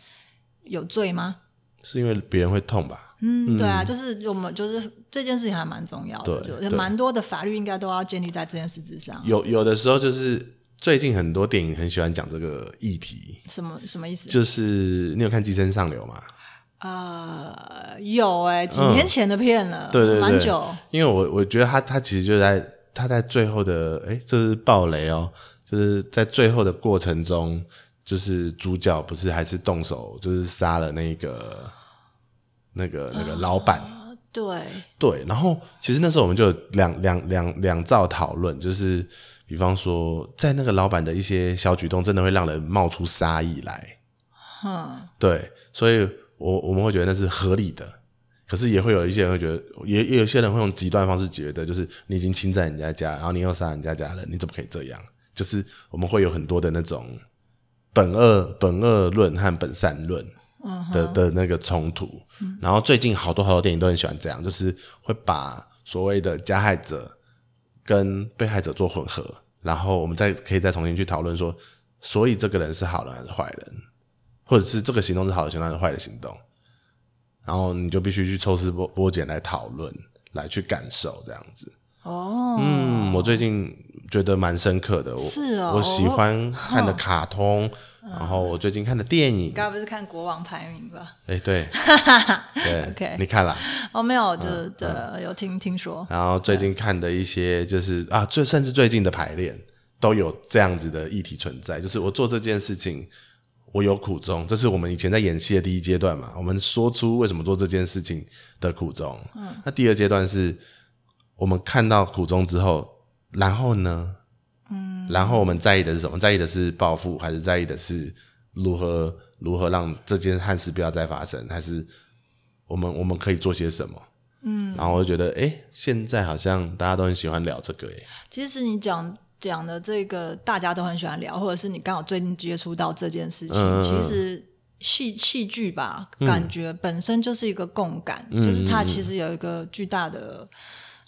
S2: 有罪吗？
S1: 是因为别人会痛吧？
S2: 嗯，对啊，就是我们就是这件事情还蛮重要的，
S1: 对
S2: 就
S1: 对
S2: 蛮多的法律应该都要建立在这件事之上。
S1: 有有的时候就是最近很多电影很喜欢讲这个议题，
S2: 什么什么意思？
S1: 就是你有看《寄生上流》吗？
S2: 呃，有哎、几年前的片了，
S1: 嗯对对对，
S2: 蛮久。
S1: 因为我我觉得他他其实就在他在最后的哎，这是暴雷哦，就是在最后的过程中，就是主角不是还是动手就是杀了那个那个那个老板。
S2: 对，
S1: 对，然后其实那时候我们就有两两两两兆讨论，就是比方说，在那个老板的一些小举动，真的会让人冒出杀意来。
S2: 嗯，
S1: 对，所以我我们会觉得那是合理的，可是也会有一些人会觉得，也也有些人会用极端方式觉得，就是你已经侵占人家家，然后你又杀人家家人，你怎么可以这样？就是我们会有很多的那种本恶本恶论和本善论的、的那个冲突。然后最近好多好多电影都很喜欢这样，就是会把所谓的加害者跟被害者做混合，然后我们再可以再重新去讨论说，所以这个人是好人还是坏人，或者是这个行动是好的行动还是坏的行动，然后你就必须去抽丝剥剥茧来讨论，来去感受这样子。
S2: 哦，
S1: 嗯，我最近觉得蛮深刻的，我
S2: 是哦
S1: 我喜欢看的卡通，然后我最近看的电影，
S2: 该不是看国王排名吧？
S1: 哎， 对，对
S2: OK
S1: 你看了，
S2: 哦，没有，就是
S1: 嗯
S2: 的，有听听说。
S1: 然后最近看的一些就是啊，最甚至最近的排练都有这样子的议题存在，就是我做这件事情。我有苦衷，这是我们以前在演戏的第一阶段嘛，我们说出为什么做这件事情的苦衷。嗯，那第二阶段是我们看到苦衷之后，然后呢？嗯，然后我们在意的是什么？在意的是报复，还是在意的是如何如何让这件憾事不要再发生？还是我们我们可以做些什么？嗯，然后我就觉得，哎，现在好像大家都很喜欢聊这个，哎，
S2: 其实你讲讲的这个，大家都很喜欢聊，或者是你刚好最近接触到这件事情，
S1: 嗯
S2: 其实。戏戏剧吧，感觉本身就是一个共感，
S1: 嗯
S2: 就是它其实有一个巨大的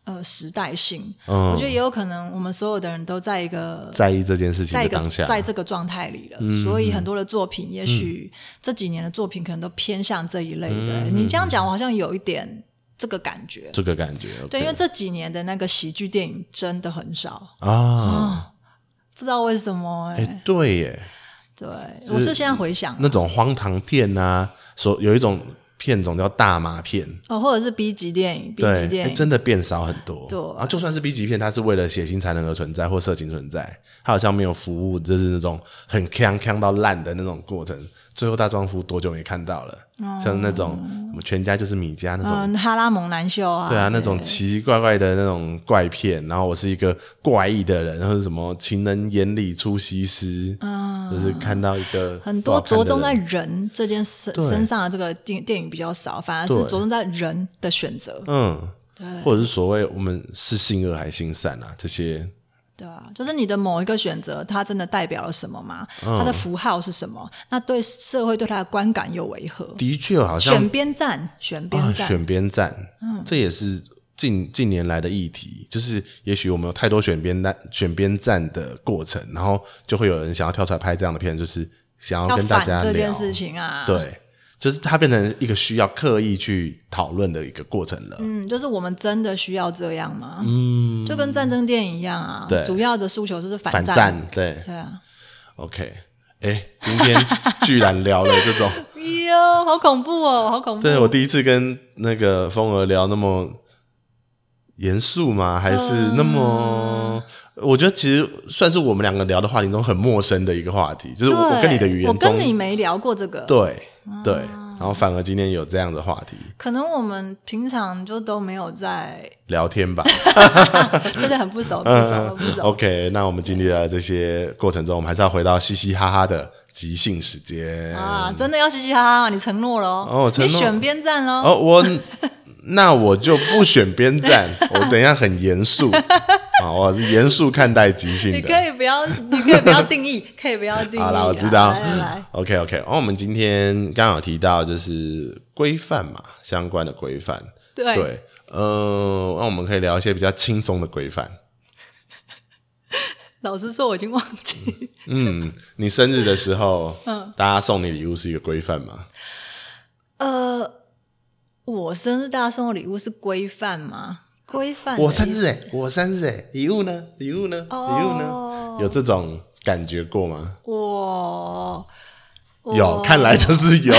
S2: 呃时代性。
S1: 嗯
S2: 我觉得也有可能，我们所有的人都在一个
S1: 在意这件事情
S2: 在一
S1: 的
S2: 个
S1: 当下，嗯
S2: 在这个状态里了，所以很多的作品，也许这几年的作品可能都偏向这一类的。
S1: 嗯
S2: 你这样讲，我好像有一点这个感觉。
S1: 这个感觉，OK
S2: 对，因为这几年的那个喜剧电影真的很少，哦
S1: 啊，
S2: 不知道为什么哎、
S1: 哎、对耶，
S2: 对，我是现在回想
S1: 那种荒唐片啊，所有一种片种叫大麻片，
S2: 哦，或者是 B 级电影，B
S1: 对，
S2: 级电
S1: 诶
S2: 影，
S1: 真的变少很多。
S2: 对
S1: 然后就算是 B 级片，它是为了血腥才能而存在或色情存在，它好像没有服务，就是那种很锵锵到烂的那种过程。最后大丈夫多久没看到了？
S2: 哦
S1: 像那种什么全家就是米家那种
S2: 嗯，哈拉蒙男秀啊，
S1: 对啊，那种奇奇怪怪的那种怪片，然后我是一个怪异的人，然后什么情人眼里出西施，就是看到一个
S2: 嗯很
S1: 不
S2: 多
S1: 好看的
S2: 着重在
S1: 人
S2: 人这件事
S1: 对
S2: 身上的这个电电影比较少，反而是
S1: 对
S2: 着重在人的选择，
S1: 嗯，或者是所谓我们是性恶还性善啊这些，
S2: 对啊，就是你的某一个选择，它真的代表了什么吗？
S1: 嗯
S2: 它的符号是什么？那对社会对它的观感又为何？
S1: 的确好像
S2: 选边站，选边
S1: 啊，
S2: 站，嗯
S1: 选边站，这也是近近年来的议题，就是也许我们有太多选边站选边站的过程，然后就会有人想要跳出来拍这样的片，就是想
S2: 要
S1: 跟大
S2: 反
S1: 家
S2: 这
S1: 聊
S2: 件事情啊。，
S1: 对，就是它变成一个需要刻意去讨论的一个过程了。
S2: 嗯，就是我们真的需要这样吗？嗯，就跟战争电影一样啊。
S1: 对
S2: 主要的诉求就是
S1: 反
S2: 反战。
S1: 战，对
S2: 对啊，
S1: ，OK，哎、今天居然聊了这种，
S2: 哎呦，好恐怖哦，好恐怖。
S1: 对我第一次跟那个风儿聊那么严肃吗？还是那
S2: 嗯
S1: 么？我觉得其实算是我们两个聊的话题中很陌生的一个话题，就是我我跟你的语
S2: 我
S1: 言中
S2: 跟，你啊没聊过这个，
S1: 对对，然后反而今天有这样的话题
S2: 可能我们平常就都没 有在，
S1: 聊天吧。
S2: 真的很不熟，不
S1: 嗯
S2: 熟，不熟。
S1: OK，那我们经历了这些过程中，我们还是要回到嘻嘻哈哈的即兴时间。
S2: 啊，真的要嘻嘻哈哈吗？你承诺了
S1: 嗯哦我承
S2: 你
S1: 诺
S2: 选边站喽。
S1: 哦，我那我就不选边 站，我等一下很严肃啊，我是严肃看待即兴
S2: 你
S1: 的。
S2: 可以不要，你可以不要定义，可以不要定义。啊
S1: 好啦，我知道
S2: 来来来，。
S1: OK OK，哦，我们今天刚好提到就是规范嘛，相关的规范。
S2: 对
S1: 对，呃，那我们可以聊一些比较轻松的规范。
S2: 老实说，我已经忘记。
S1: 嗯，你生日的时候，嗯，大家送你礼物是一个规范嘛？
S2: 呃，我生日大家送的礼物是规范吗？规范的 意
S1: 我
S2: 思？
S1: 生日哎、我生日哎、礼物呢？礼物呢？礼
S2: 哦
S1: 物呢？有这种感觉过吗？
S2: 我
S1: 有，看来就是 有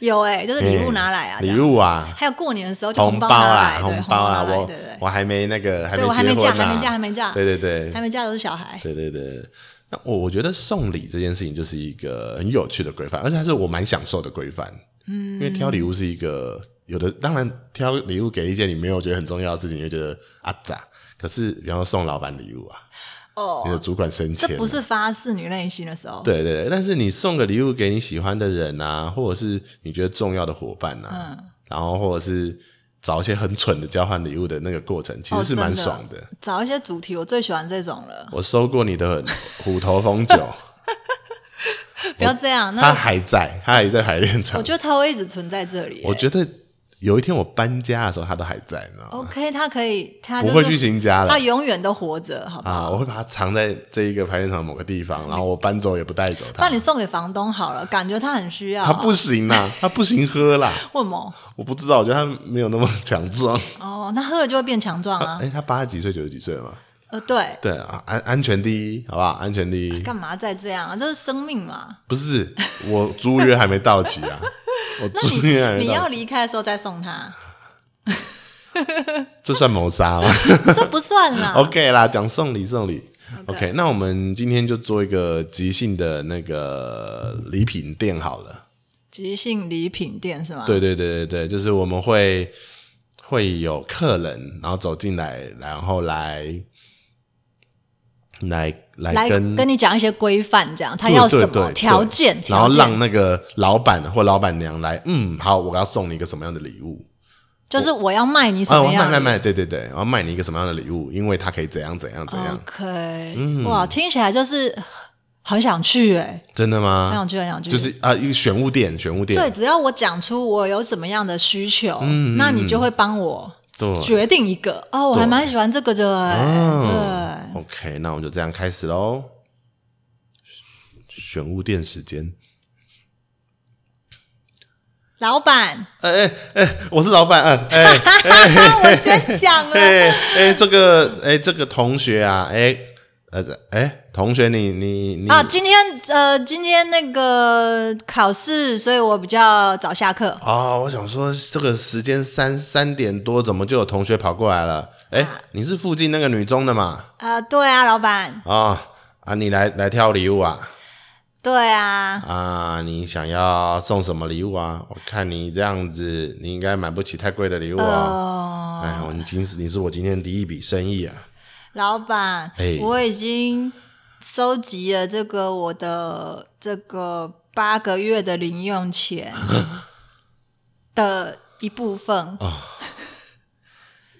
S2: 有哎、就是礼物拿来啊，
S1: 嗯礼物啊，
S2: 还有过年的时候就
S1: 红
S2: 包
S1: 包
S2: 拿来，
S1: 啦，
S2: 对
S1: 红
S2: 包
S1: 包啦，
S2: 拿来
S1: 我
S2: 对对对，
S1: 我还没那个，还
S2: 对我还没
S1: 结
S2: 嫁，
S1: 婚
S2: 还
S1: 啦，
S2: 没嫁，还没嫁，
S1: 对对对
S2: 还没嫁都是小孩。
S1: 对对对。那我我觉得送礼这件事情就是一个很有趣的规范，而且还是我蛮享受的规范。嗯，因为挑礼物是一个有的，当然挑礼物给一件你没有觉得很重要的事情，你会觉得啊咋？可是比方说送老板礼物啊，
S2: 哦，
S1: 你的主管升
S2: 这
S1: 迁啊，
S2: 不是发自你内心的时候，
S1: 对对对，但是你送个礼物给你喜欢的人啊，或者是你觉得重要的伙伴啊，
S2: 嗯
S1: 然后或者是找一些很蠢的交换礼物的那个过程，其
S2: 哦
S1: 实是蛮
S2: 真的
S1: 爽的。
S2: 找一些主题，我最喜欢这种了。
S1: 我收过你的虎头蜂酒，
S2: 不要这样，
S1: 它
S2: 那
S1: 还在，它还在排练场
S2: 嗯我。觉得它会一直存在这里。欸
S1: 我觉得有一天我搬家的时候，它都还在，你知道吗？
S2: OK，它可以，它
S1: 不
S2: 就是
S1: 会去新家了
S2: 它永远都活着，好不好？
S1: 啊！我会把它藏在这一个排练场某个地方，
S2: 嗯
S1: 然后我搬走也不带走
S2: 不
S1: 它。
S2: 然你送给房东好了，感觉他很需要。
S1: 它
S2: 啊
S1: 不行啦， 它不行喝啦。
S2: 为什么？
S1: 我不知道，我觉得它没有那么强壮。
S2: 哦，那喝了就会变强壮 啊。
S1: 哎，它八十几岁、九十几岁了嘛？
S2: 呃，对，
S1: 对啊，安安全第一，好不好？安全第一，
S2: 干嘛再这样啊？这是生命嘛。
S1: 不是我租约还没到期 啊，我
S2: 那
S1: 租约还
S2: 你
S1: 没
S2: 你
S1: 到
S2: 要
S1: 期，
S2: 离开的时候再送他，
S1: 这算谋杀吗
S2: 这不算 啦。
S1: ？OK 啦，讲送礼送礼。
S2: OK
S1: OK，那我们今天就做一个即兴的那个礼品店好了。
S2: 即兴礼品店是吗？，
S1: 对对对对对，就是我们会会有客人，然后走进来，然后来来来
S2: 来
S1: 跟
S2: 跟你讲一些规范，这样他
S1: 对
S2: 要
S1: 对
S2: 什
S1: 对
S2: 么
S1: 对
S2: 条件，
S1: 然后
S2: 条件
S1: 让那个老板或老板娘来，嗯，好，我要送你一个什么样的礼物？
S2: 就是我要卖你什
S1: 啊，我
S2: 么
S1: 卖
S2: 样
S1: 卖
S2: 的。哦
S1: 卖，对对对，我要卖你一个什么样的礼物？因为它可以怎样怎样怎
S2: 哦
S1: 样，嗯
S2: OK，、哇，听起来就是很想去哎、
S1: 真的吗？
S2: 很想去，很想去。
S1: 就是啊，一个选物店，选物店，
S2: 对，只要我讲出我有什么样的需求，那你就会帮我
S1: 嗯对
S2: 决定一个。哦，我还蛮喜欢这个的哎、
S1: 嗯，OK，那我们就这样开始喽。选物店时间，
S2: 对，老 板，啊
S1: 我是老板，嗯，哎、
S2: 我先讲了。
S1: 哎、哎、这个，哎、这个同学啊，哎、呃，哎、同学你，你你
S2: 啊，今天呃，今天那个考试，所以我比较早下课。
S1: 哦，我想说这个时间三三点多，怎么就有同学跑过来了？哎、你是附近那个女中的嘛？
S2: 啊、对啊，老板，
S1: 啊、啊，你来来挑礼物啊？
S2: 对啊，
S1: 啊，你想要送什么礼物啊？我看你这样子，你应该买不起太贵的礼物啊。
S2: 哦，
S1: 哎，我你今你是我今天第一笔生意啊。
S2: 老板，
S1: 哎
S2: 我已经收集了这个我的这个八个月的零用 钱的一部分，
S1: 哦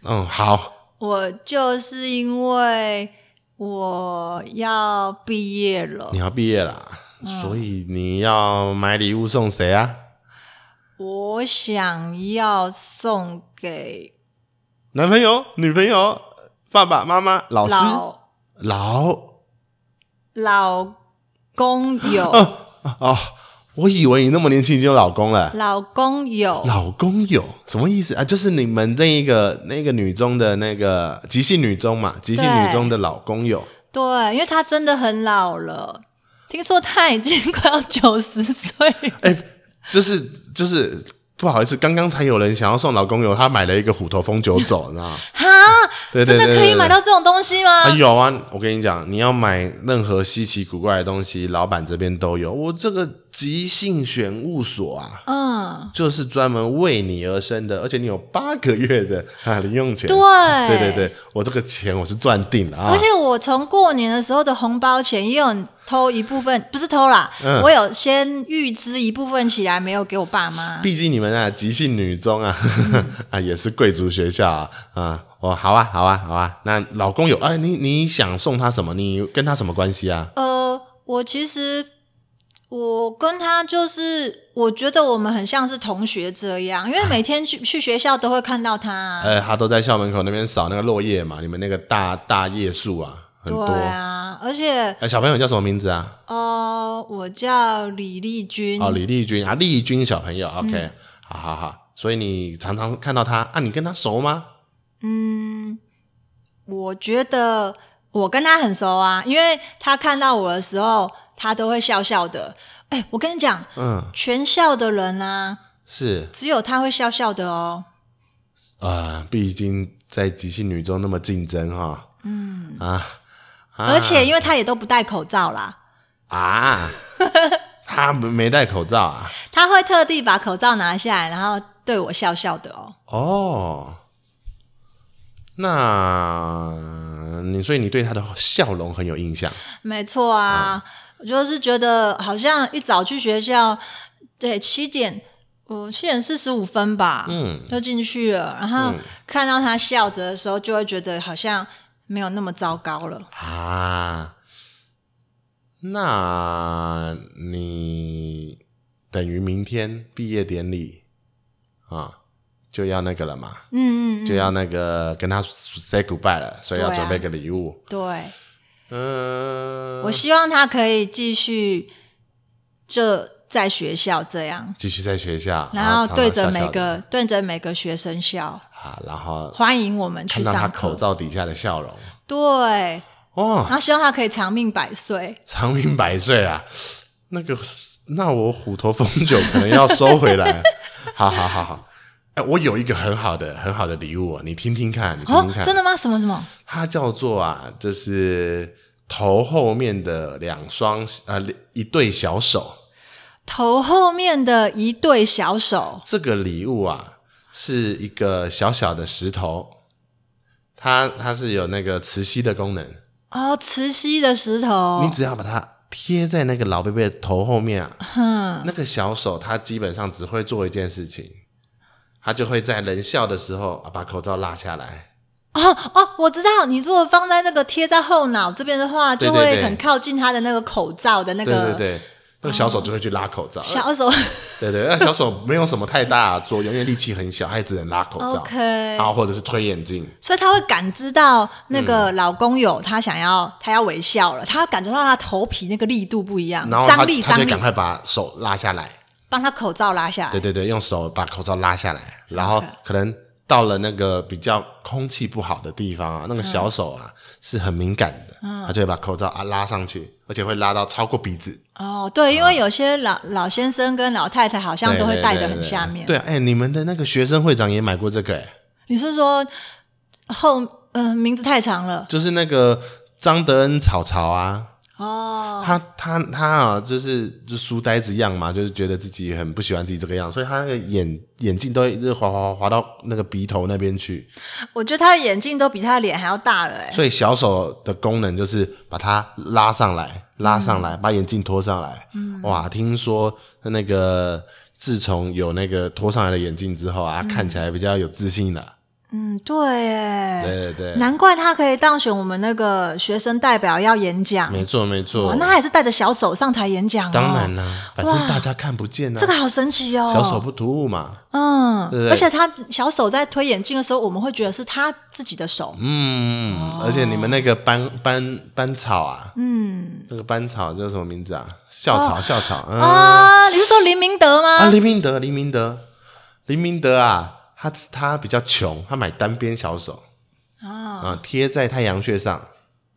S1: 嗯，好，
S2: 我就是因为我要毕业了
S1: 你，要毕业啦，所以你要买礼物送谁啊？
S2: 我想要送给
S1: 男朋友、女朋友、爸爸妈妈、老师、
S2: 老。
S1: 老
S2: 老公有、
S1: 哦，我以为你那么年轻已经有老公了。
S2: 老公有
S1: 老公有什么意思啊？就是你们那一个那个女中的那个即兴女中嘛，即兴女中的老公有。
S2: 对，因为他真的很老了， 听说他已经快要九十岁了。
S1: 哎、就是就是不好意思，刚刚才有人想要送老公油，他买了一个虎头蜂酒走，你知道吗？
S2: 哈，
S1: 对对
S2: 真
S1: 对
S2: 的可以买
S1: 对
S2: 到这种东西 吗？
S1: 啊，有啊！我跟你讲，你要买任何稀奇古怪的东西，老板这边都有。我这个即兴选物所啊，
S2: 嗯，
S1: 就是专门为你而生的，而且你有八个月的啊零用钱。
S2: 对
S1: 对对对，我这个钱我是赚定了啊
S2: 而！且我从过年的时候的红包钱也有偷一部分，不是偷啦，
S1: 嗯
S2: 我有先预支一部分起来，没有给我爸妈。
S1: 毕竟你们啊，即兴女中啊， 啊也是贵族学校啊啊。哦，好啊，好啊，好啊。那老公有哎，你你想送他什么？你跟他什么关系啊？
S2: 呃，我其实我跟他就是，我觉得我们很像是同学这样，因为每天去去学校都会看到他啊、
S1: 呃，他都在校门口那边扫那个落叶嘛，你们那个大大叶树啊，很多。
S2: 对啊，而且
S1: 呃，小朋友叫什么名字啊？
S2: 呃，我叫李丽君，
S1: 哦，李丽君啊，丽君小朋友，OK，、好好好。所以你常常看到他啊，你跟他熟吗？
S2: 我觉得我跟他很熟啊，因为他看到我的时候，他都会笑笑的。哎，我跟 你讲，
S1: 嗯，
S2: 全校的人啊，
S1: 是，
S2: 只有他会笑笑的哦。
S1: 啊，毕竟在即兴女中那么竞争哈，嗯啊，啊
S2: 而且因为他也都不戴口罩啦，
S1: 啊，他没戴口罩啊，
S2: 他会特地把口罩拿下来，然后对我笑笑的哦。
S1: 哦，那你所以你对他的笑容很有印象，
S2: 没错啊，我就是觉得好像一早去学校，对，七点，我七点四十五分吧，嗯，就进去了。然
S1: 嗯
S2: 后看到他笑着的时候，就会觉得好像没有那么糟糕了。
S1: 啊，那你等于明天毕业典礼啊，就要那个了嘛，
S2: 嗯嗯，
S1: 就要那个跟他 say goodbye 了，所以要
S2: 对啊
S1: 准备个礼物。
S2: 对，
S1: 嗯、
S2: 我希望他可以继续就在学校这样，
S1: 呃继续在学校，
S2: 然后对着
S1: 啊常常笑
S2: 每
S1: 笑的
S2: 个对着每个学生笑，
S1: 啊，然后
S2: 欢迎我们去
S1: 看到他
S2: 上
S1: 口
S2: 课。
S1: 罩底下的笑容，
S2: 对，
S1: 哦，
S2: 然后希望他可以长命百岁。
S1: 长命百岁啊！那个，那我虎头蜂酒可能要收回来。 好好好好，哎、我有一个很好的很好的礼物、哦，你听听看，你听
S2: 哦
S1: 听，看，
S2: 真的吗？什么什么？
S1: 它叫做啊，就是头后面的两双呃一对小手。
S2: 头后面的一对小手，
S1: 这个礼物啊，是一个小小的石头，它它是有那个磁吸的功能，
S2: 哦，慈禧的石头
S1: 你，只要把它贴在那个老贝贝的头后面啊，那个小手它基本上只会做一件事情，它就会在人笑的时候啊把口罩拉下来。
S2: 哦哦，我知道，你如果放在那个贴在后脑这边的话，
S1: 对
S2: 就
S1: 对
S2: 会
S1: 对
S2: 很靠近他的那个口罩的那
S1: 对对
S2: 个哦
S1: 对，那个小手就会去拉口罩。
S2: 小手。
S1: 对对，那小手没有什么太大的作用，因为力气很小，它也只能拉口罩，
S2: OK，
S1: 然后或者是推眼镜。
S2: 所以他会感知到那个老公有他想要，他要微笑了，他感觉到他头皮那个力度不一样，
S1: 然后他
S2: 张力
S1: 他
S2: 张
S1: 就
S2: 力
S1: 赶，快把手拉下来，
S2: 帮他口罩拉下
S1: 对
S2: 来。
S1: 对对，用手把口罩拉下来，然后可能到了那个比较空气不好的地方
S2: 嗯
S1: 啊，那个小手啊、是很敏感的，他就会把口罩啊拉上去，而且会拉到超过鼻子，
S2: 哦，对，因为有些老老先生跟老太太好像都
S1: 啊
S2: 会
S1: 对
S2: 戴
S1: 对
S2: 得
S1: 对
S2: 很
S1: 对
S2: 下面。
S1: 对啊，哎、你们的那个学生会长也买过这个、哎，
S2: 你是说后呃名字太长了
S1: 就是那个张德恩草草啊。
S2: 哦？
S1: 他他他啊，就是就书呆子样嘛，就是觉得自己很不喜欢自己这个样，所以他那个眼眼镜都会就是滑滑滑滑到那个鼻头那边去。
S2: 我觉得他的眼镜都比他的脸还要大了哎。
S1: 所以小手的功能就是把它拉上来，拉上
S2: 嗯
S1: 来，把眼镜拖上来。哇，听说那个自从有那个拖上来的眼镜之后啊，看起来比较有自信了。
S2: 嗯，对哎，
S1: 对对对，
S2: 难怪他可以当选我们那个学生代表要演讲。
S1: 没错没错
S2: 哦，，那他也是带着小手上台演讲哦。
S1: 当然啦，反正大家看不见啊
S2: 这，个好神奇哦。
S1: 小手不突兀嘛。
S2: 嗯，
S1: 不对
S2: 而且他小手在推眼镜的时候，我们会觉得是他自己的手。
S1: 嗯，而且你们那个班班班草啊，嗯，那个班草叫什么名字啊？校
S2: 哦
S1: 草校草，嗯。
S2: 啊，你是说林明德吗？
S1: 啊，林明德，林明德，林明德啊，他
S2: 哦
S1: 他比较穷，他买单边小手啊，贴在太阳穴上，
S2: 啊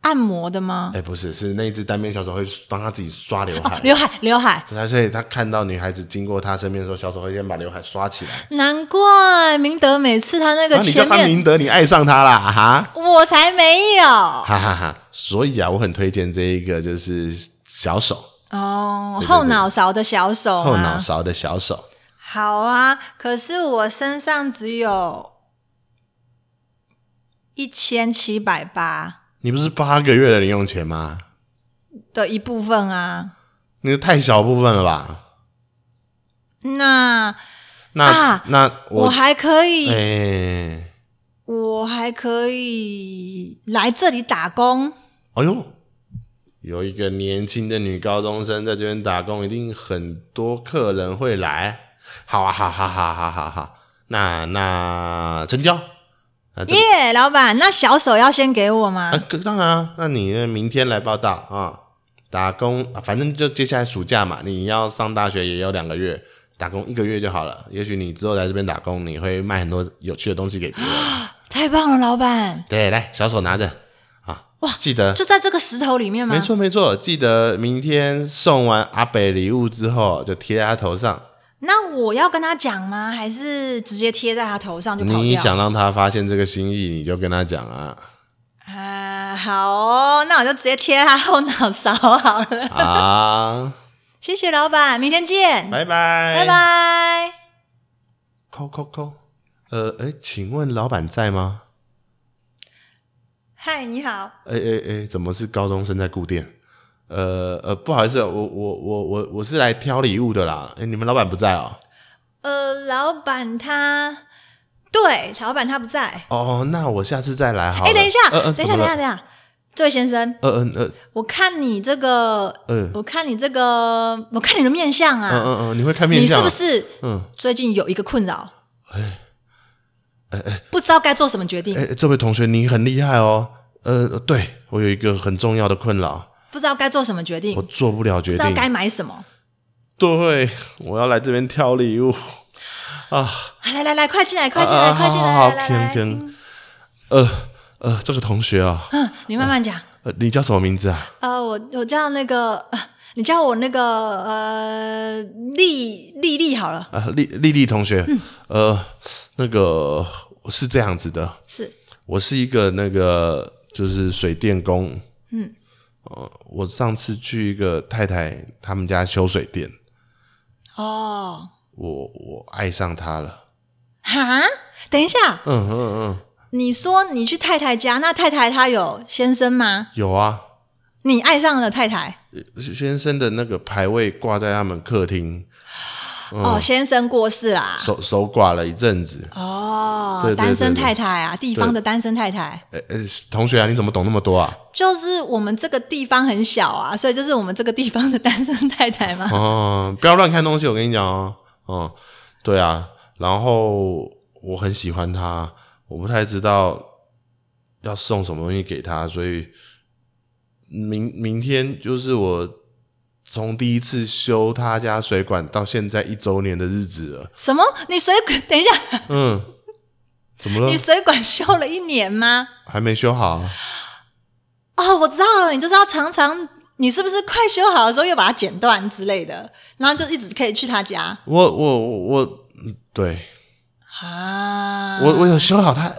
S2: 按摩的吗？
S1: 哎，不哎是，是那一只单边小手会帮他自己刷刘 海，
S2: 刘海，刘海，
S1: 他所以他看到女孩子经过他身边的时候，小手会先把刘海刷起来。
S2: 难怪明德每次他那
S1: 那
S2: 个
S1: 啊你就
S2: 前
S1: 看
S2: 面，
S1: 明德，你爱上他啦，哈
S2: 我才没有
S1: 哈哈哈！所以啊，我很推荐这一个，就是小手
S2: 哦，后脑勺的小手
S1: 后脑
S2: 吗？
S1: 勺的小手，
S2: 好啊，可是我身上只有一千七百八
S1: 你不是八个月的零用钱吗？
S2: 的一部分啊，
S1: 你是太小部分了吧？
S2: 那
S1: 那、
S2: 啊
S1: 那
S2: 我
S1: 我
S2: 还可以，
S1: 哎、
S2: 我还可以来这里打工。
S1: 哎呦，有一个年轻的女高中生在这边打工，一定很多客人会来。好啊，好好好好好好，那那成交。啊，这
S2: 耶、老板，那小手要先给我吗？
S1: 啊，可当然啊，那你呢明天来报道啊。打工啊，反正就接下来暑假嘛，你要上大学也有两个月，打工一个月就好了。也许你之后来这边打工，你会卖很多有趣的东西给别人。
S2: 太棒了，老板，
S1: 对，来，小手拿着啊，哇，记得
S2: 就在这个石头里面吗？
S1: 没错没错，记得明天送完阿北礼物之后，就贴在他头上。
S2: 那我要跟他讲吗？还是直接贴在他头上就跑掉？
S1: 你想让他发现这个心意，你就跟他讲 啊
S2: 啊，好哦，那我就直接贴他后脑勺好了。
S1: 啊，
S2: 谢谢老板，明天见，
S1: 拜拜
S2: 拜拜。
S1: 扣扣扣，呃，哎，请问老板在吗？
S2: 嗨，你好，
S1: 哎哎哎，怎么是高中生在顾店？呃呃，不好意思，我我我我我是来挑礼物的啦。哎，你们老板不在哦。
S2: 呃，老板他，对，老板他不在。
S1: 哦，那我下次再来好了。
S2: 哎，等一下，
S1: 呃呃、
S2: 等一下，
S1: 怎
S2: 等
S1: 么
S2: 一下，
S1: 了
S2: 等一下，这位先生，
S1: 呃呃呃
S2: 我看你这个，
S1: 嗯
S2: 我看你这个，我看你的面相啊，
S1: 嗯嗯嗯，你会看面
S2: 你
S1: 相啊？
S2: 是不是
S1: 嗯，
S2: 最近有一个困扰？不知道该做什么决定，
S1: 哎，这位同学，你很厉害哦。呃，对我有一个很重要的困扰，
S2: 不知道该做什么决定，
S1: 我
S2: 不
S1: 做不了决
S2: 知道
S1: 定。
S2: 该买什么。
S1: 对，我要来这边挑礼物。
S2: 啊来来来，快进来，快进
S1: 啊
S2: 来，
S1: 啊
S2: 快进
S1: 好
S2: 来，
S1: 好好
S2: 来
S1: 天
S2: 来来，
S1: 天。呃呃，这个同学啊，
S2: 嗯，你慢慢讲。
S1: 呃，你叫什么名字啊？
S2: 呃，我我叫那个， 呃你叫我那个呃丽丽丽好了，
S1: 啊，丽丽丽同学，
S2: 嗯
S1: 呃，那个是这样子的，
S2: 是
S1: 我是一个那个就是水电工，嗯，呃，我上次去一个太太他们家修水电，
S2: 哦，
S1: 我我爱上她了，
S2: 哈，等一下，
S1: 嗯嗯嗯，
S2: 你说你去太太家，那太太她有先生吗？
S1: 有啊，
S2: 你爱上了太太，
S1: 先生的那个牌位挂在他们客厅，嗯
S2: 哦，先生过世啦，
S1: 手手挂了一阵子，
S2: 哦，
S1: 对对对
S2: 单身
S1: 对
S2: 太太啊，地方的单身太太，
S1: 呃呃，同学啊，你怎么懂那么多啊？
S2: 就是我们这个地方很小啊，所以就是我们这个地方的单身太太嘛。
S1: 哦，不要乱看东西，我跟你讲哦。嗯，对啊，然后我很喜欢他，我不太知道要送什么东西给他，所以明明天就是我从第一次修他家水管到现在一周年的日子了。
S2: 什么？你水管？等一下，
S1: 嗯，怎么了
S2: 你？水管修了一年吗？
S1: 还没修好啊？
S2: 哦，我知道了，你就是要常常，你是不是快修好的时候又把它剪断之类的，然后就一直可以去他家
S1: 我我我我，嗯对
S2: 啊？
S1: 我我有修好他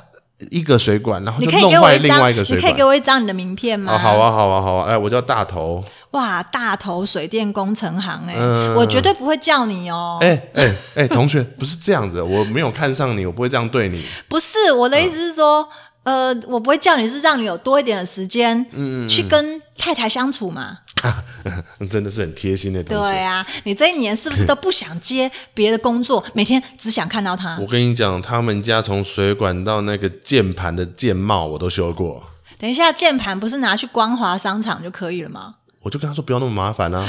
S1: 一个水管，然后
S2: 你
S1: 就
S2: 可以
S1: 弄
S2: 给我
S1: 坏
S2: 一
S1: 另
S2: 张
S1: 外一个，水
S2: 你可以
S1: 管
S2: 给。我一哦张你的名片吗？
S1: 哦，好。啊，好啊，好啊！哎，我叫大头。
S2: 哇，大头水电工程行哎、
S1: 嗯
S2: 我绝对不会叫你哦。
S1: 哎哎哎，同学，不是这样子的，我没有看上你，我不会这样对你。
S2: 不是我的意思是说，呃，我不会叫你，是让你有多一点的时间，嗯，去跟太太相处嘛。
S1: 真的是很贴心的同
S2: 对
S1: 学。
S2: 啊，你这一年是不是都不想接别的工作，每天只想看到他
S1: 我？跟你讲，他们家从水管到那个键盘的键帽，我都修过。
S2: 等一下，键盘不是拿去光华商场就可以了吗？
S1: 我就跟他说不要那么麻烦啊，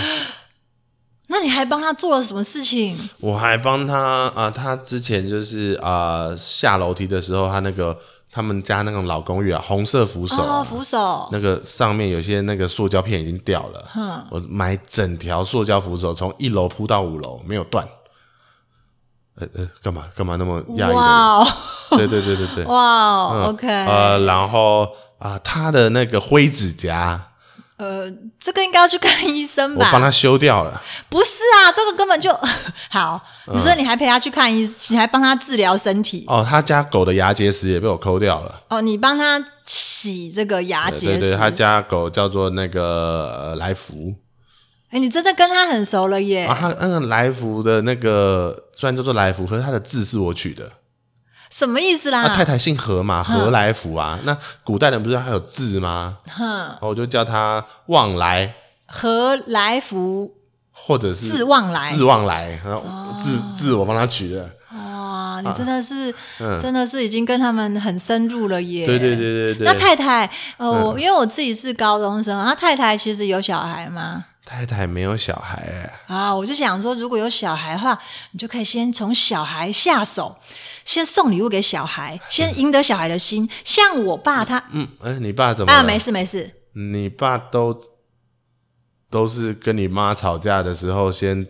S2: 那你还帮他做了什么事情？
S1: 我还帮他啊、他之前就是啊、下楼梯的时候，他那个他们家那种老公寓啊，红色扶手啊、
S2: 哦，扶手，
S1: 那个上面有些那个塑胶片已经掉了，我买整条塑胶扶手从一楼铺到五楼，没有断。呃呃，干嘛干嘛那么讶异的脸？
S2: 哇哦，
S1: 对对对对对。
S2: 哇哦，OK，
S1: 呃，然后啊、他的那个灰指甲，
S2: 呃，这个应该要去看医生
S1: 我帮
S2: 吧？
S1: 他修掉了。
S2: 不是啊，这个根本就 好。你说你还陪他去看医，你还帮他治疗身体
S1: 嗯哦，他家狗的牙结石也被我抠掉了。
S2: 哦，你帮他洗这个牙
S1: 对
S2: 结
S1: 对，
S2: 石。
S1: 他家狗叫做那个、呃、来福
S2: 哎，你真的跟他很熟了耶！
S1: 啊，他那个来福的那个虽然叫做来福，可是他的字是我取的。
S2: 什么意思啦？
S1: 啊他太太姓何嘛，何来福啊？那古代人不是还有字吗？然后我就叫他旺来，
S2: 何来福
S1: 或者是
S2: 自旺来哦
S1: 字旺来，然后字字我帮他取的。
S2: 哇，
S1: 啊
S2: 你真的是、真的是已经跟他们很深入了
S1: 嗯
S2: 耶！
S1: 对对对对嗯
S2: 那
S1: 对，
S2: 太太，呃，我、因为我自己是高中生，那太太其实有小孩吗？
S1: 太太没有小孩哎，
S2: 啊，我就想说，如果有小孩的话，你就可以先从小孩下手，先送礼物给 小孩，先赢得小孩的心。像我爸他
S1: 嗯，哎，你爸怎么
S2: 啊，
S1: 了？
S2: 没事没事，
S1: 你爸都都是跟你妈吵架的时候先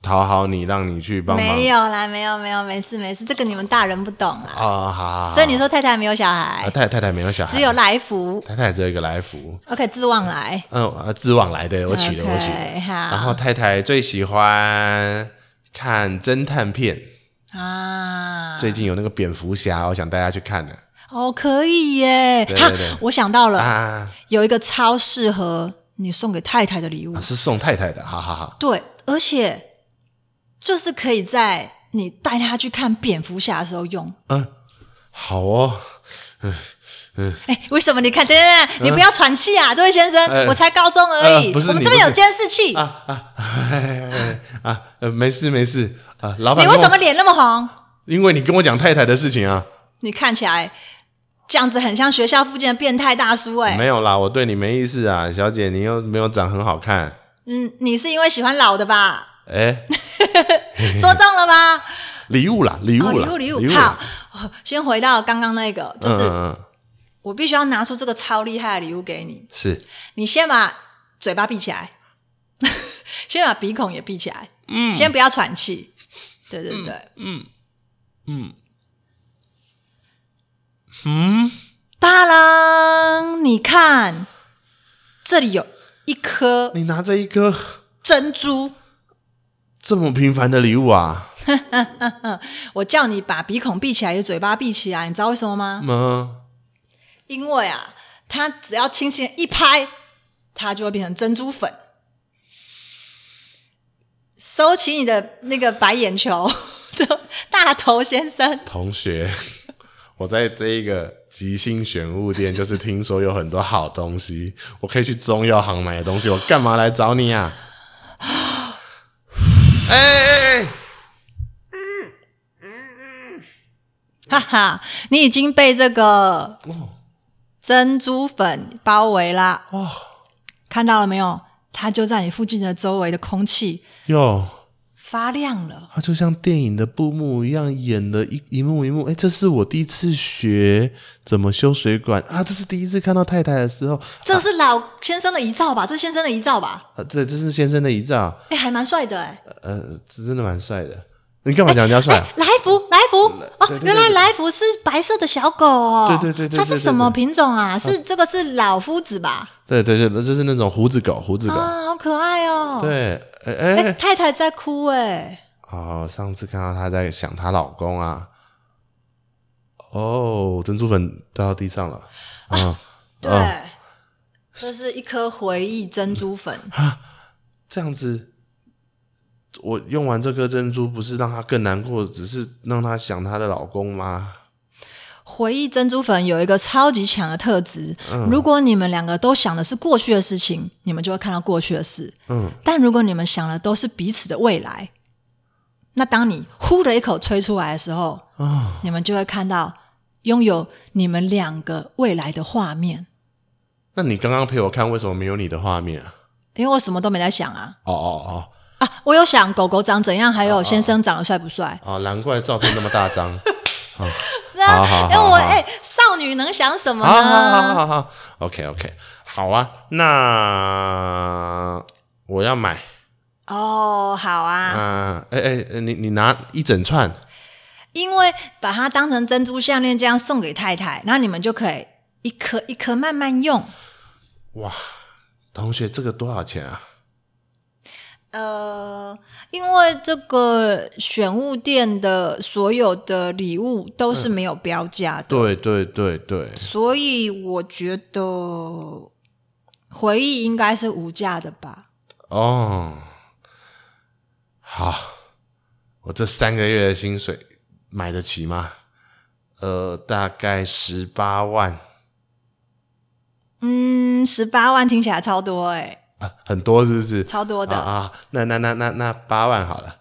S1: 讨好你，让你去帮忙。
S2: 没有啦，没有没有，没事没事，这个你们大人不懂啦。
S1: 啊，好好好。
S2: 所以你说太太没有小
S1: 啊，
S2: 孩，
S1: 太太太没有小孩，
S2: 只有来福
S1: 太太只有一个来福。
S2: ，OK，自旺来，
S1: 嗯，啊字往来的，我取的，我取的。
S2: OK，
S1: 然
S2: 好
S1: 后太太最喜欢看侦探片，
S2: 啊，
S1: 最近有那个蝙蝠侠，我想带她去看的
S2: 哦，可以耶！
S1: 对
S2: 哈
S1: 对对，
S2: 我想到了，
S1: 啊，
S2: 有一个超适合你送给太太的礼物，
S1: 啊是送太太的，哈哈哈。
S2: 对，而且就是可以在你带她去看蝙蝠侠的时候用。
S1: 好哦，
S2: 哎，为什么？你看，等等等，你不要喘气啊，这位先生，
S1: 嗯哎
S2: 我才高中而已，
S1: 呃不是
S2: 我们
S1: 你
S2: 这边
S1: 不
S2: 有
S1: 是
S2: 监视器，
S1: 啊，呃，没事没事啊，老板
S2: 你
S1: 跟我，
S2: 为什么脸那么红？
S1: 因为你跟我讲太太的事情啊，
S2: 你看起来这样子很像学校附近的变态大叔哎、
S1: 没有啦，我对你没意思啊，小姐，你又没有长很好看，
S2: 嗯，你是因为喜欢老的吧？
S1: 哎，
S2: 说中了吧？
S1: 礼物啦，礼物
S2: 哦，礼
S1: 啦，
S2: 物礼物，好
S1: 啦，，
S2: 哦先回到刚刚那个，就是
S1: 嗯嗯嗯
S2: 我必须要拿出这个超厉害的礼物给你。
S1: 是，
S2: 你先把嘴巴闭起来， 先把鼻孔也闭起来，嗯，先不要喘气。对对对，嗯嗯嗯，嗯大郎，你看这里有一颗
S1: 你拿着一颗
S2: 珍珠，
S1: 这么平凡的礼物啊，
S2: 我叫你把鼻孔闭起来，也嘴巴闭起来，你知道为什么吗？
S1: 嗯，
S2: 因为啊，它只要轻轻一拍，它就会变成珍珠粉。收起你的那个白眼球， 大头先生，
S1: 同学， 我在这一个即兴选物店，就是听说有很多好东西，我可以去中药行买的东西，我干嘛来找你啊？ 哎哎、哎
S2: 哈哈，你已经被这个珍珠粉包围啦！哇，看到了没有？它就在你附近的周围的空气
S1: 哟，
S2: 发亮了。
S1: 它就像电影的布幕一样演的一一幕一幕。哎、这是我第一次学怎么修水管啊，这是第一次看到太太的时候
S2: 这是老先生的遗照吧？这是先生的遗照吧？
S1: 啊，这这是先生的遗照，
S2: 哎、还蛮帅的哎、
S1: 呃，这真的蛮帅的。你干嘛讲人家帅、 啊？
S2: 来福，来福
S1: 对对
S2: 哦，
S1: 对
S2: 原来来福是白色的小狗哦。
S1: 对对对对
S2: 它是
S1: 对对
S2: 什么
S1: 对
S2: 品种啊？是这个是老夫子吧？
S1: 对对对，就是那种胡子狗，胡子狗。
S2: 啊，好可爱哦。。
S1: 对，哎哎、
S2: 哎，太太在哭哎。
S1: 哦，上次看到她在想她老公啊。哦，珍珠粉掉到地上了啊！
S2: 对。这是一颗回忆珍珠粉，
S1: 这样子，我用完这颗珍珠，不是让她更难过，只是让她想她的老公吗？
S2: 回忆珍珠粉有一个超级强的特质。
S1: 嗯
S2: 如果你们两个都想的是过去的事情，你们就会看到过去的事。
S1: 嗯，
S2: 但如果你们想的都是彼此的未来，那当你呼的一口吹出来的时候，
S1: 啊
S2: 你们就会看到拥有你们两个未来的画面。
S1: 那你刚刚陪我看，为什么没有你的画面啊？
S2: 因为我什么都没在想啊
S1: 哦哦
S2: 啊！我有想狗狗长怎样，
S1: 啊
S2: 还有先生长得帅不帅。
S1: 哦哦，难怪照片那么大张。
S2: 那、啊
S1: 好好好
S2: 因为我
S1: 好
S2: 哎、少女能想什么
S1: 好好好
S2: 呢？
S1: 好好，OK OK，好啊。那我要买
S2: 哦，好啊，
S1: 嗯哎啊！哎、哎、你你拿一整串。
S2: 因为把它当成珍珠项链这样送给太太，然后你们就可以一颗一颗慢慢用。
S1: 哇，同学，这个多少钱啊？
S2: 呃，因为这个选物店的所有的礼物都是没有标价的，
S1: 对对对对，
S2: 所以我觉得回忆应该是无价的吧。
S1: 哦，好，我这三个月的薪水买得起吗？呃，大概十八万
S2: 嗯，十八万听起来超多哎、
S1: 啊，很多是不是？
S2: 超多的。
S1: 啊啊，那那那那那八万好了，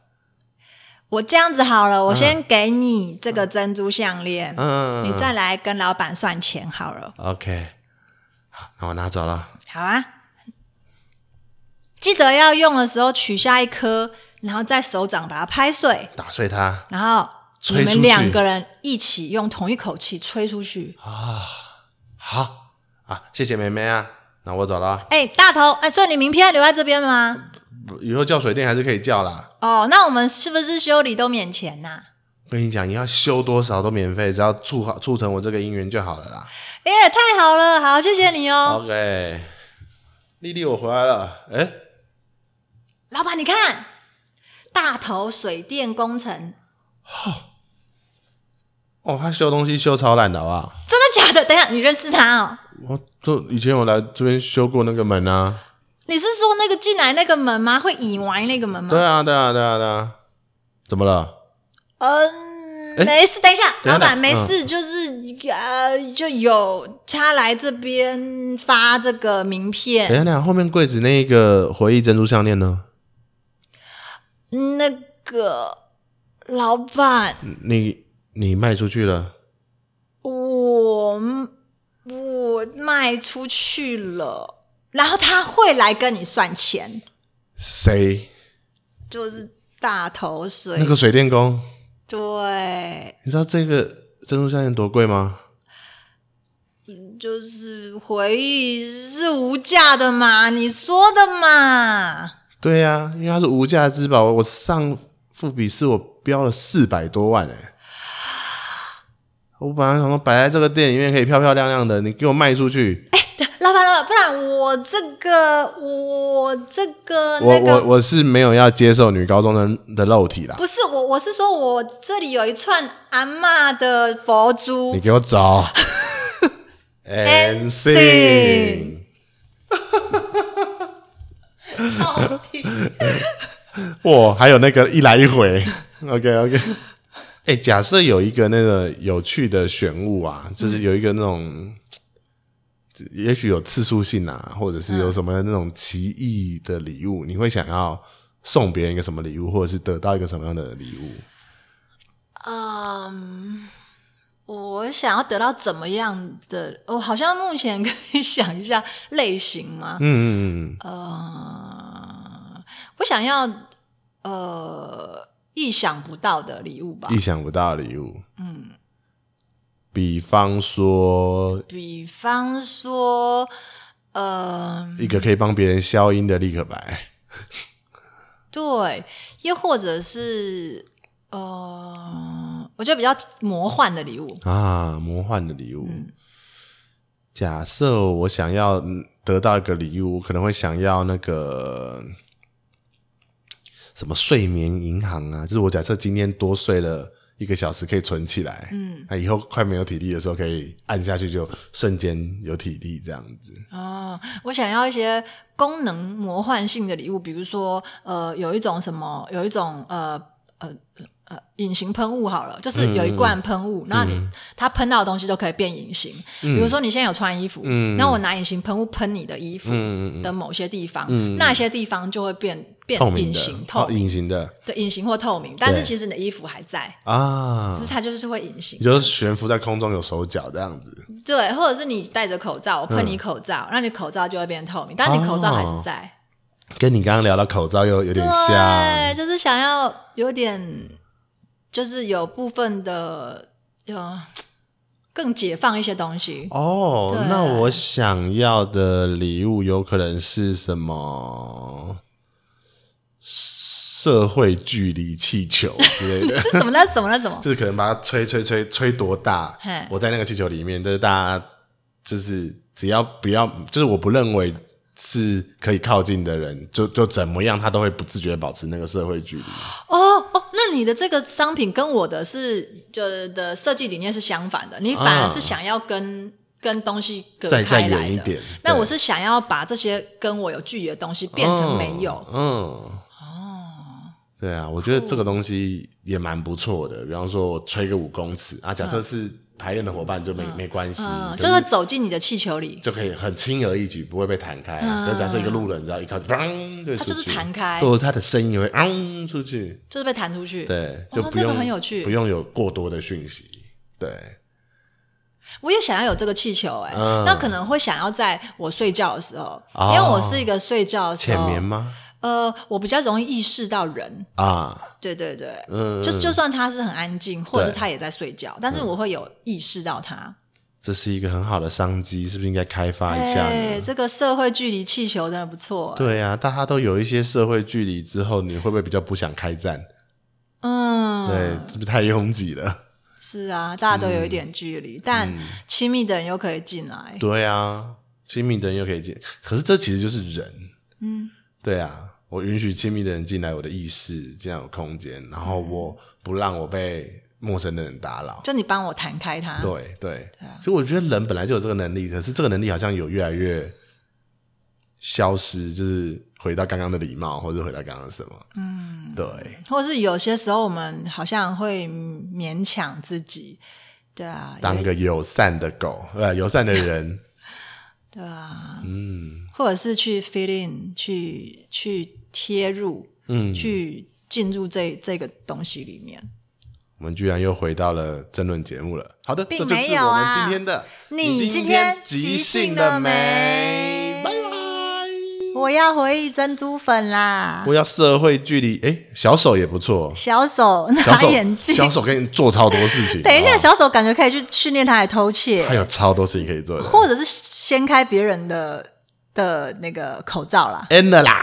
S2: 我这样子好了，我先给你这个珍珠项链，
S1: 嗯
S2: 你再来跟老板算钱好了。
S1: ，OK，好，那我拿走了。
S2: 好啊，记得要用的时候取下一颗，然后在手掌把它拍碎，
S1: 打碎它
S2: 然后
S1: 吹
S2: 你
S1: 出去
S2: 们两个人一起用同一口气吹出去。
S1: 好啊，谢谢梅梅啊，那我走了啊，
S2: 哎、大头，哎、所以你名片留在这边吗？
S1: 不以后叫水电还是可以叫啦。
S2: 哦，那我们是不是修理都免钱呐、
S1: 跟你讲，你要修多少都免费，只要促好促成我这个姻缘就好了啦。
S2: 哎、太好了，好，谢谢你哦，
S1: OK，丽丽，我回来了。哎、
S2: 老板，你看，大头水电工程，
S1: 哦，他修东西修超烂的，好不好？
S2: 真的假的？等一下，你认识他哦？
S1: 我这以前有来这边修过那个门啊。
S2: 你是说那个进来那个门吗？会以为那个门吗？
S1: 对啊，对啊，对啊，对啊。怎么了？
S2: 嗯，
S1: 诶
S2: 没事，等一下，
S1: 哎等一下
S2: 老
S1: 嗯
S2: 板没事，就是呃，就有他来这边发这个名
S1: 等一
S2: 片，
S1: 下，等一下，后面柜子那个回忆珍珠项链呢？
S2: 那个老板，
S1: 你你卖出去了？
S2: 我我卖出去了，然后他会来跟你算钱，
S1: 谁？
S2: 就是大头水，
S1: 那个水电工？
S2: 对，
S1: 你知道这个珍珠项链多贵吗？
S2: 就是回忆是无价的嘛，你说的嘛。
S1: 对呀、因为它是无价之宝。我上副笔试我标了四百多万哎、我本来想说摆在这个店里面可以漂漂亮亮的，你给我卖出去，
S2: 哎老板，老板，不然我这个，我这个
S1: 我
S2: 那
S1: 我
S2: 个，
S1: 我是没有要接受女高中生的肉体啦，
S2: 不是我，我是说我这里有一串阿嬷的佛
S1: 你
S2: 珠，
S1: 给我 走。And sing，
S2: 到底
S1: 哇，还有那个一来一 回，OK OK。哎、假设有一个那个有趣的选物啊，就是有一个那种，也许有次数性啊，或者是有什么那种奇异的礼物，你会想要送别人一个什么礼物，或者是得到一个什么样的礼物？
S2: 嗯，我想要得到怎么样的？我好像目前可以想一下类型吗？
S1: 嗯嗯嗯
S2: 呃，我想要呃意想不到的礼物吧
S1: 嗯，意，想不到的礼物。嗯，嗯比方说
S2: 比方说，呃。
S1: 一个可以帮别人消音的立可白，
S2: 对，又或者是呃，我觉得比较魔幻的礼物，
S1: 啊，魔幻的礼物。
S2: 嗯
S1: 假设我想要嗯得到一个礼物，我可能会想要那个什么睡眠银行啊，就是我假设今天多睡了一个小时，可以存起来，嗯，那以后快没有体力的时候，可以按下去就瞬间有体力这样子。
S2: 哦，我想要一些功能魔幻性的礼物，比如说呃，有一种什么，有一种呃呃呃隐形喷雾好了，
S1: 嗯
S2: 就是有一罐喷雾，然后你它喷到的东西都可以变隐形。
S1: 嗯
S2: 比如说你现在有穿衣服，然后我拿隐形喷雾喷你的衣
S1: 嗯
S2: 服的某些地方，那些地方就会变变
S1: 透明
S2: 隐
S1: 的，
S2: 形透
S1: 哦隐形的
S2: 对隐形或透明，但是
S1: 对
S2: 其实你的衣服还在，
S1: 啊
S2: 只，是它就是会隐形
S1: 也。就是悬浮在空中有手脚这样子。
S2: 对，或者是你戴着口罩，我喷
S1: 嗯
S2: 你口罩，那你口罩就会变透明，但你口罩还
S1: 哦
S2: 是在。
S1: 跟你刚刚聊到口罩又有点像，
S2: 对，就是想要有点，就是有部分的有更解放一些东西。
S1: 哦
S2: 对，
S1: 那我想要的礼物有可能是什么？社会距离气球之 类的，
S2: 这什么？那什么？那 什么？
S1: 就是可能把它吹吹吹吹多大
S2: 嘿，
S1: 我在那个气球里面，但是大家就是只要不要，就是我不认为是可以靠近的人，就就怎么样，他都会不自觉地保持那个社会距离。
S2: 哦哦，那你的这个商品跟我的是就的设计理念是相反的，你反而是想要跟、跟东西隔
S1: 再啊再
S2: 开来
S1: 远
S2: 的。
S1: 一点
S2: 那
S1: 对
S2: 我是想要把这些跟我有距离的东西变成没有。
S1: 嗯，哦，对啊，我觉得这个东西也蛮不错的。比方说，我吹个五公尺啊，假设是排练的伙伴就没、没关系，
S2: 嗯，
S1: 就
S2: 就是是走进你的气球里，
S1: 就可以很轻而易举，不会被弹开、啊。可是假设一个路人，只要一靠近，砰，就
S2: 嗯它就是
S1: 出去
S2: 弹开
S1: 对，它的声音也会昂出去，
S2: 就是被弹出去。
S1: 对，
S2: 哇
S1: 就不
S2: 哦这
S1: 用、
S2: 个很有趣哦
S1: 不用有过多的讯息，对，
S2: 我也想要有这个气球、哎、那可能会想要在我睡觉的时候，
S1: 嗯哦
S2: 因为我是一个睡觉的时
S1: 浅
S2: 候，
S1: 眠吗？
S2: 呃，我比较容易意识到人，
S1: 啊，
S2: 对对对，
S1: 嗯，
S2: 就就算他是很安静，或者是
S1: 对
S2: 他也在睡觉，但是我会有意识到他。
S1: 这是一个很好的商机，是不是应该开发一下呢？
S2: 哎，这个社会距离气球真的不错。
S1: 对啊，大家都有一些社会距离之后，你会不会比较不想开战？
S2: 嗯，
S1: 对，是不是太拥挤了？
S2: 是啊，大家都有一点距离，
S1: 嗯
S2: 但亲密的人又可以进来。
S1: 对啊，亲密的人又可以进，可是这其实就是人。嗯，对啊，我允许亲密的人进来我的意识，进来我空间，然后我不让我被陌生嗯的人打扰。
S2: 就你帮我弹开它，
S1: 对对，啊所以我觉得人本来就有这个能力，可是这个能力好像有越来越消失，就是回到刚刚的礼貌，或者回到刚刚的什么？嗯，对，
S2: 或是有些时候我们好像会勉强自己，对啊，
S1: 当个友善的狗，呃，友善的 人，
S2: 对啊，嗯，或者是去 fill in，去去贴入，嗯，去进入这这个东西里面。
S1: 我们居然又回到了争论节目了。好的，
S2: 并
S1: 这就是
S2: 没有
S1: 我们
S2: 啊
S1: 今天的。
S2: 你
S1: 今
S2: 今天
S1: 即
S2: 即
S1: 兴
S2: 兴了
S1: 没
S2: 没？
S1: 拜拜。
S2: 我要回忆珍珠粉啦，
S1: 我要社会距离，哎，小手也不错。哦
S2: 小手
S1: 小
S2: 拿
S1: 手
S2: 眼，镜。
S1: 小手跟你做超多事情。
S2: 等一
S1: 好
S2: 下，
S1: 不好，
S2: 小手感觉可以去训练他来偷窃
S1: 还，有超多事情可以做的。
S2: 或者是掀开别人的的那个口罩啦。
S1: end 了啦，